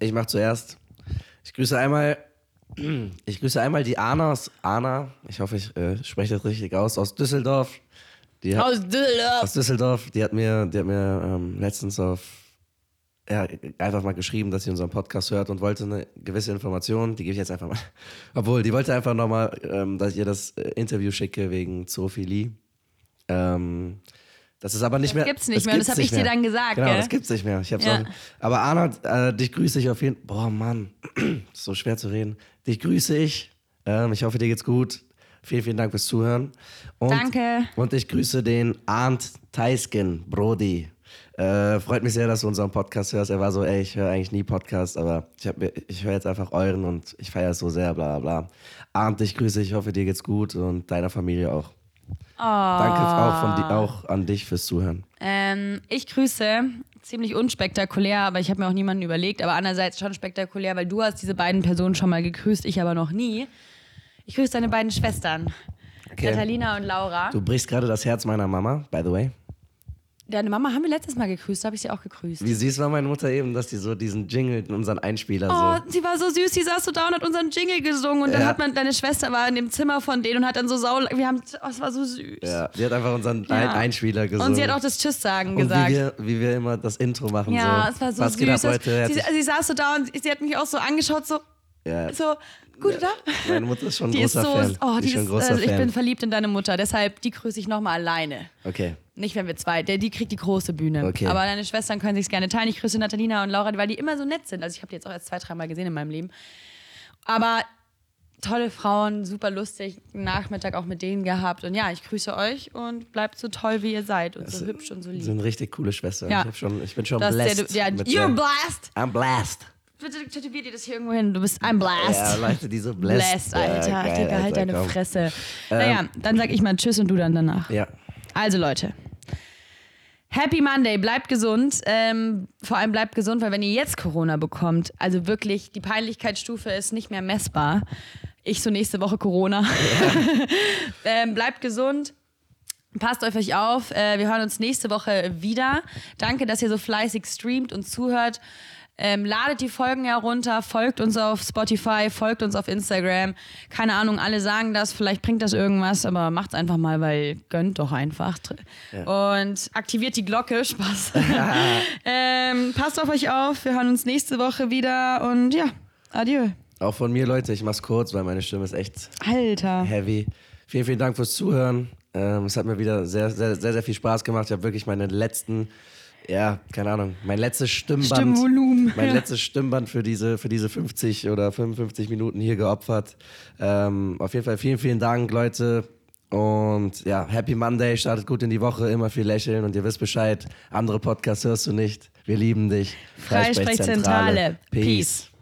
ich mach zuerst. Ich grüße einmal, ich grüße einmal die Anna aus Anna. Ich hoffe, ich äh, spreche das richtig aus aus Düsseldorf. Die hat,
Aus Düsseldorf.
aus Düsseldorf, die hat mir, die hat mir ähm, letztens auf ja, einfach mal geschrieben, dass sie unseren Podcast hört und wollte eine gewisse Information, die gebe ich jetzt einfach mal. Obwohl, die wollte einfach nochmal, ähm, dass ich ihr das äh, Interview schicke wegen Zoophilie. Ähm, das ist aber nicht mehr.
gibt's nicht mehr, das
gibt's
hab
nicht
ich dir dann gesagt,
Genau,
gell?
das gibt's nicht mehr. Ich hab's
Ja.
auch, aber Arnold, äh, dich grüße ich auf jeden Fall. Boah, Mann, ist so schwer zu reden. Dich grüße ich. Ähm, ich hoffe, dir geht's gut. Vielen, vielen Dank fürs Zuhören. Und,
Danke.
Und ich grüße den Arndt Teisken, Brody. Äh, freut mich sehr, dass du unseren Podcast hörst. Er war so, ey, ich höre eigentlich nie Podcast, aber ich, hab mir- ich höre jetzt einfach euren und ich feiere es so sehr, bla bla bla. Arndt, dich grüße ich. hoffe, dir geht's gut und deiner Familie auch. Danke auch, von, di- auch an dich fürs Zuhören.
Ähm, ich grüße, ziemlich unspektakulär, aber ich habe mir auch niemanden überlegt, aber andererseits schon spektakulär, weil du hast diese beiden Personen schon mal gegrüßt, ich aber noch nie. Ich grüße deine beiden Schwestern, Catalina und Laura.
Du brichst gerade das Herz meiner Mama, by the way.
Deine Mama haben wir letztes Mal gegrüßt, da habe ich sie auch gegrüßt.
Wie süß war meine Mutter eben, dass die so diesen Jingle in unseren Einspieler
Oh,
so.
sie war so süß, sie saß so da und hat unseren Jingle gesungen und dann
Ja.
hat man, deine Schwester war in dem Zimmer von denen und hat dann so sau, wir haben, oh, es war so süß.
Ja, die hat einfach unseren Ein- Einspieler gesungen.
Und sie hat auch das Tschüss sagen
Und
gesagt.
Wie wir, wie wir immer das Intro machen.
ja,
so.
es war so
Was
süß.
Geht ab,
Es-
Leute?
sie,
Herzlich-
sie saß so da und sie hat mich auch so angeschaut, so,
ja.
so gut, oder?
Meine Mutter ist schon ein
Die ist
großer
so,
Fan.
oh, die
schon ein
ist,
großer
also ich
Fan.
bin verliebt in deine Mutter, deshalb die grüße ich nochmal alleine.
okay.
Nicht, wenn wir zwei, der, die kriegt die große Bühne.
Okay.
Aber deine Schwestern können sich gerne teilen. Ich grüße Natalina und Laura, weil die immer so nett sind. Also ich habe die jetzt auch erst zwei, dreimal gesehen in meinem Leben. Aber tolle Frauen, super lustig, einen Nachmittag auch mit denen gehabt. Und ja, ich grüße euch und bleibt so toll, wie ihr seid und so hübsch und so lieb.
Also Sind richtig coole Schwestern.
Ja.
Ich, hab schon, ich bin schon
Das
blessed.
ist ja, ja,
mit
you're
der-
blessed.
I'm blessed.
Bitte tätowier dir das hier irgendwo hin. Du bist, I'm
Ja,
blessed.
Leute, die so blessed.
blessed, Alter.
Ja, geil,
Digga, halt
Alter,
deine
komm. Ähm.
Fresse. naja, dann sag ich mal Tschüss und du dann danach.
Ja.
Also Leute, Happy Monday, bleibt gesund. Ähm, vor allem bleibt gesund, weil wenn ihr jetzt Corona bekommt, also wirklich, die Peinlichkeitsstufe ist nicht mehr messbar. Ich so nächste Woche Corona. ähm, bleibt gesund. Passt auf euch auf. Äh, wir hören uns nächste Woche wieder. Danke, dass ihr so fleißig streamt und zuhört. Ähm, ladet die Folgen herunter, folgt uns auf Spotify, folgt uns auf Instagram. Keine Ahnung, alle sagen das, vielleicht bringt das irgendwas, aber macht's einfach mal, weil gönnt doch einfach. Tr- Und aktiviert die Glocke, Spaß. ähm, passt auf euch auf, wir hören uns nächste Woche wieder und ja, adieu.
Auch von mir, Leute, ich mach's kurz, weil meine Stimme ist echt
Alter.
heavy. Vielen, vielen Dank fürs Zuhören. Ähm, es hat mir wieder sehr, sehr, sehr, sehr viel Spaß gemacht. Ich habe wirklich meine letzten, ja, keine Ahnung, mein letztes Stimmband.
Stimmvolumen,
Mein
ja.
letztes Stimmband für diese, für diese 50 oder 55 Minuten hier geopfert. Ähm, auf jeden Fall vielen, vielen Dank, Leute. Und ja, Happy Monday, startet gut in die Woche, immer viel lächeln und ihr wisst Bescheid. Andere Podcasts hörst du nicht. Wir lieben dich.
Freisprechzentrale.
Peace.
Peace.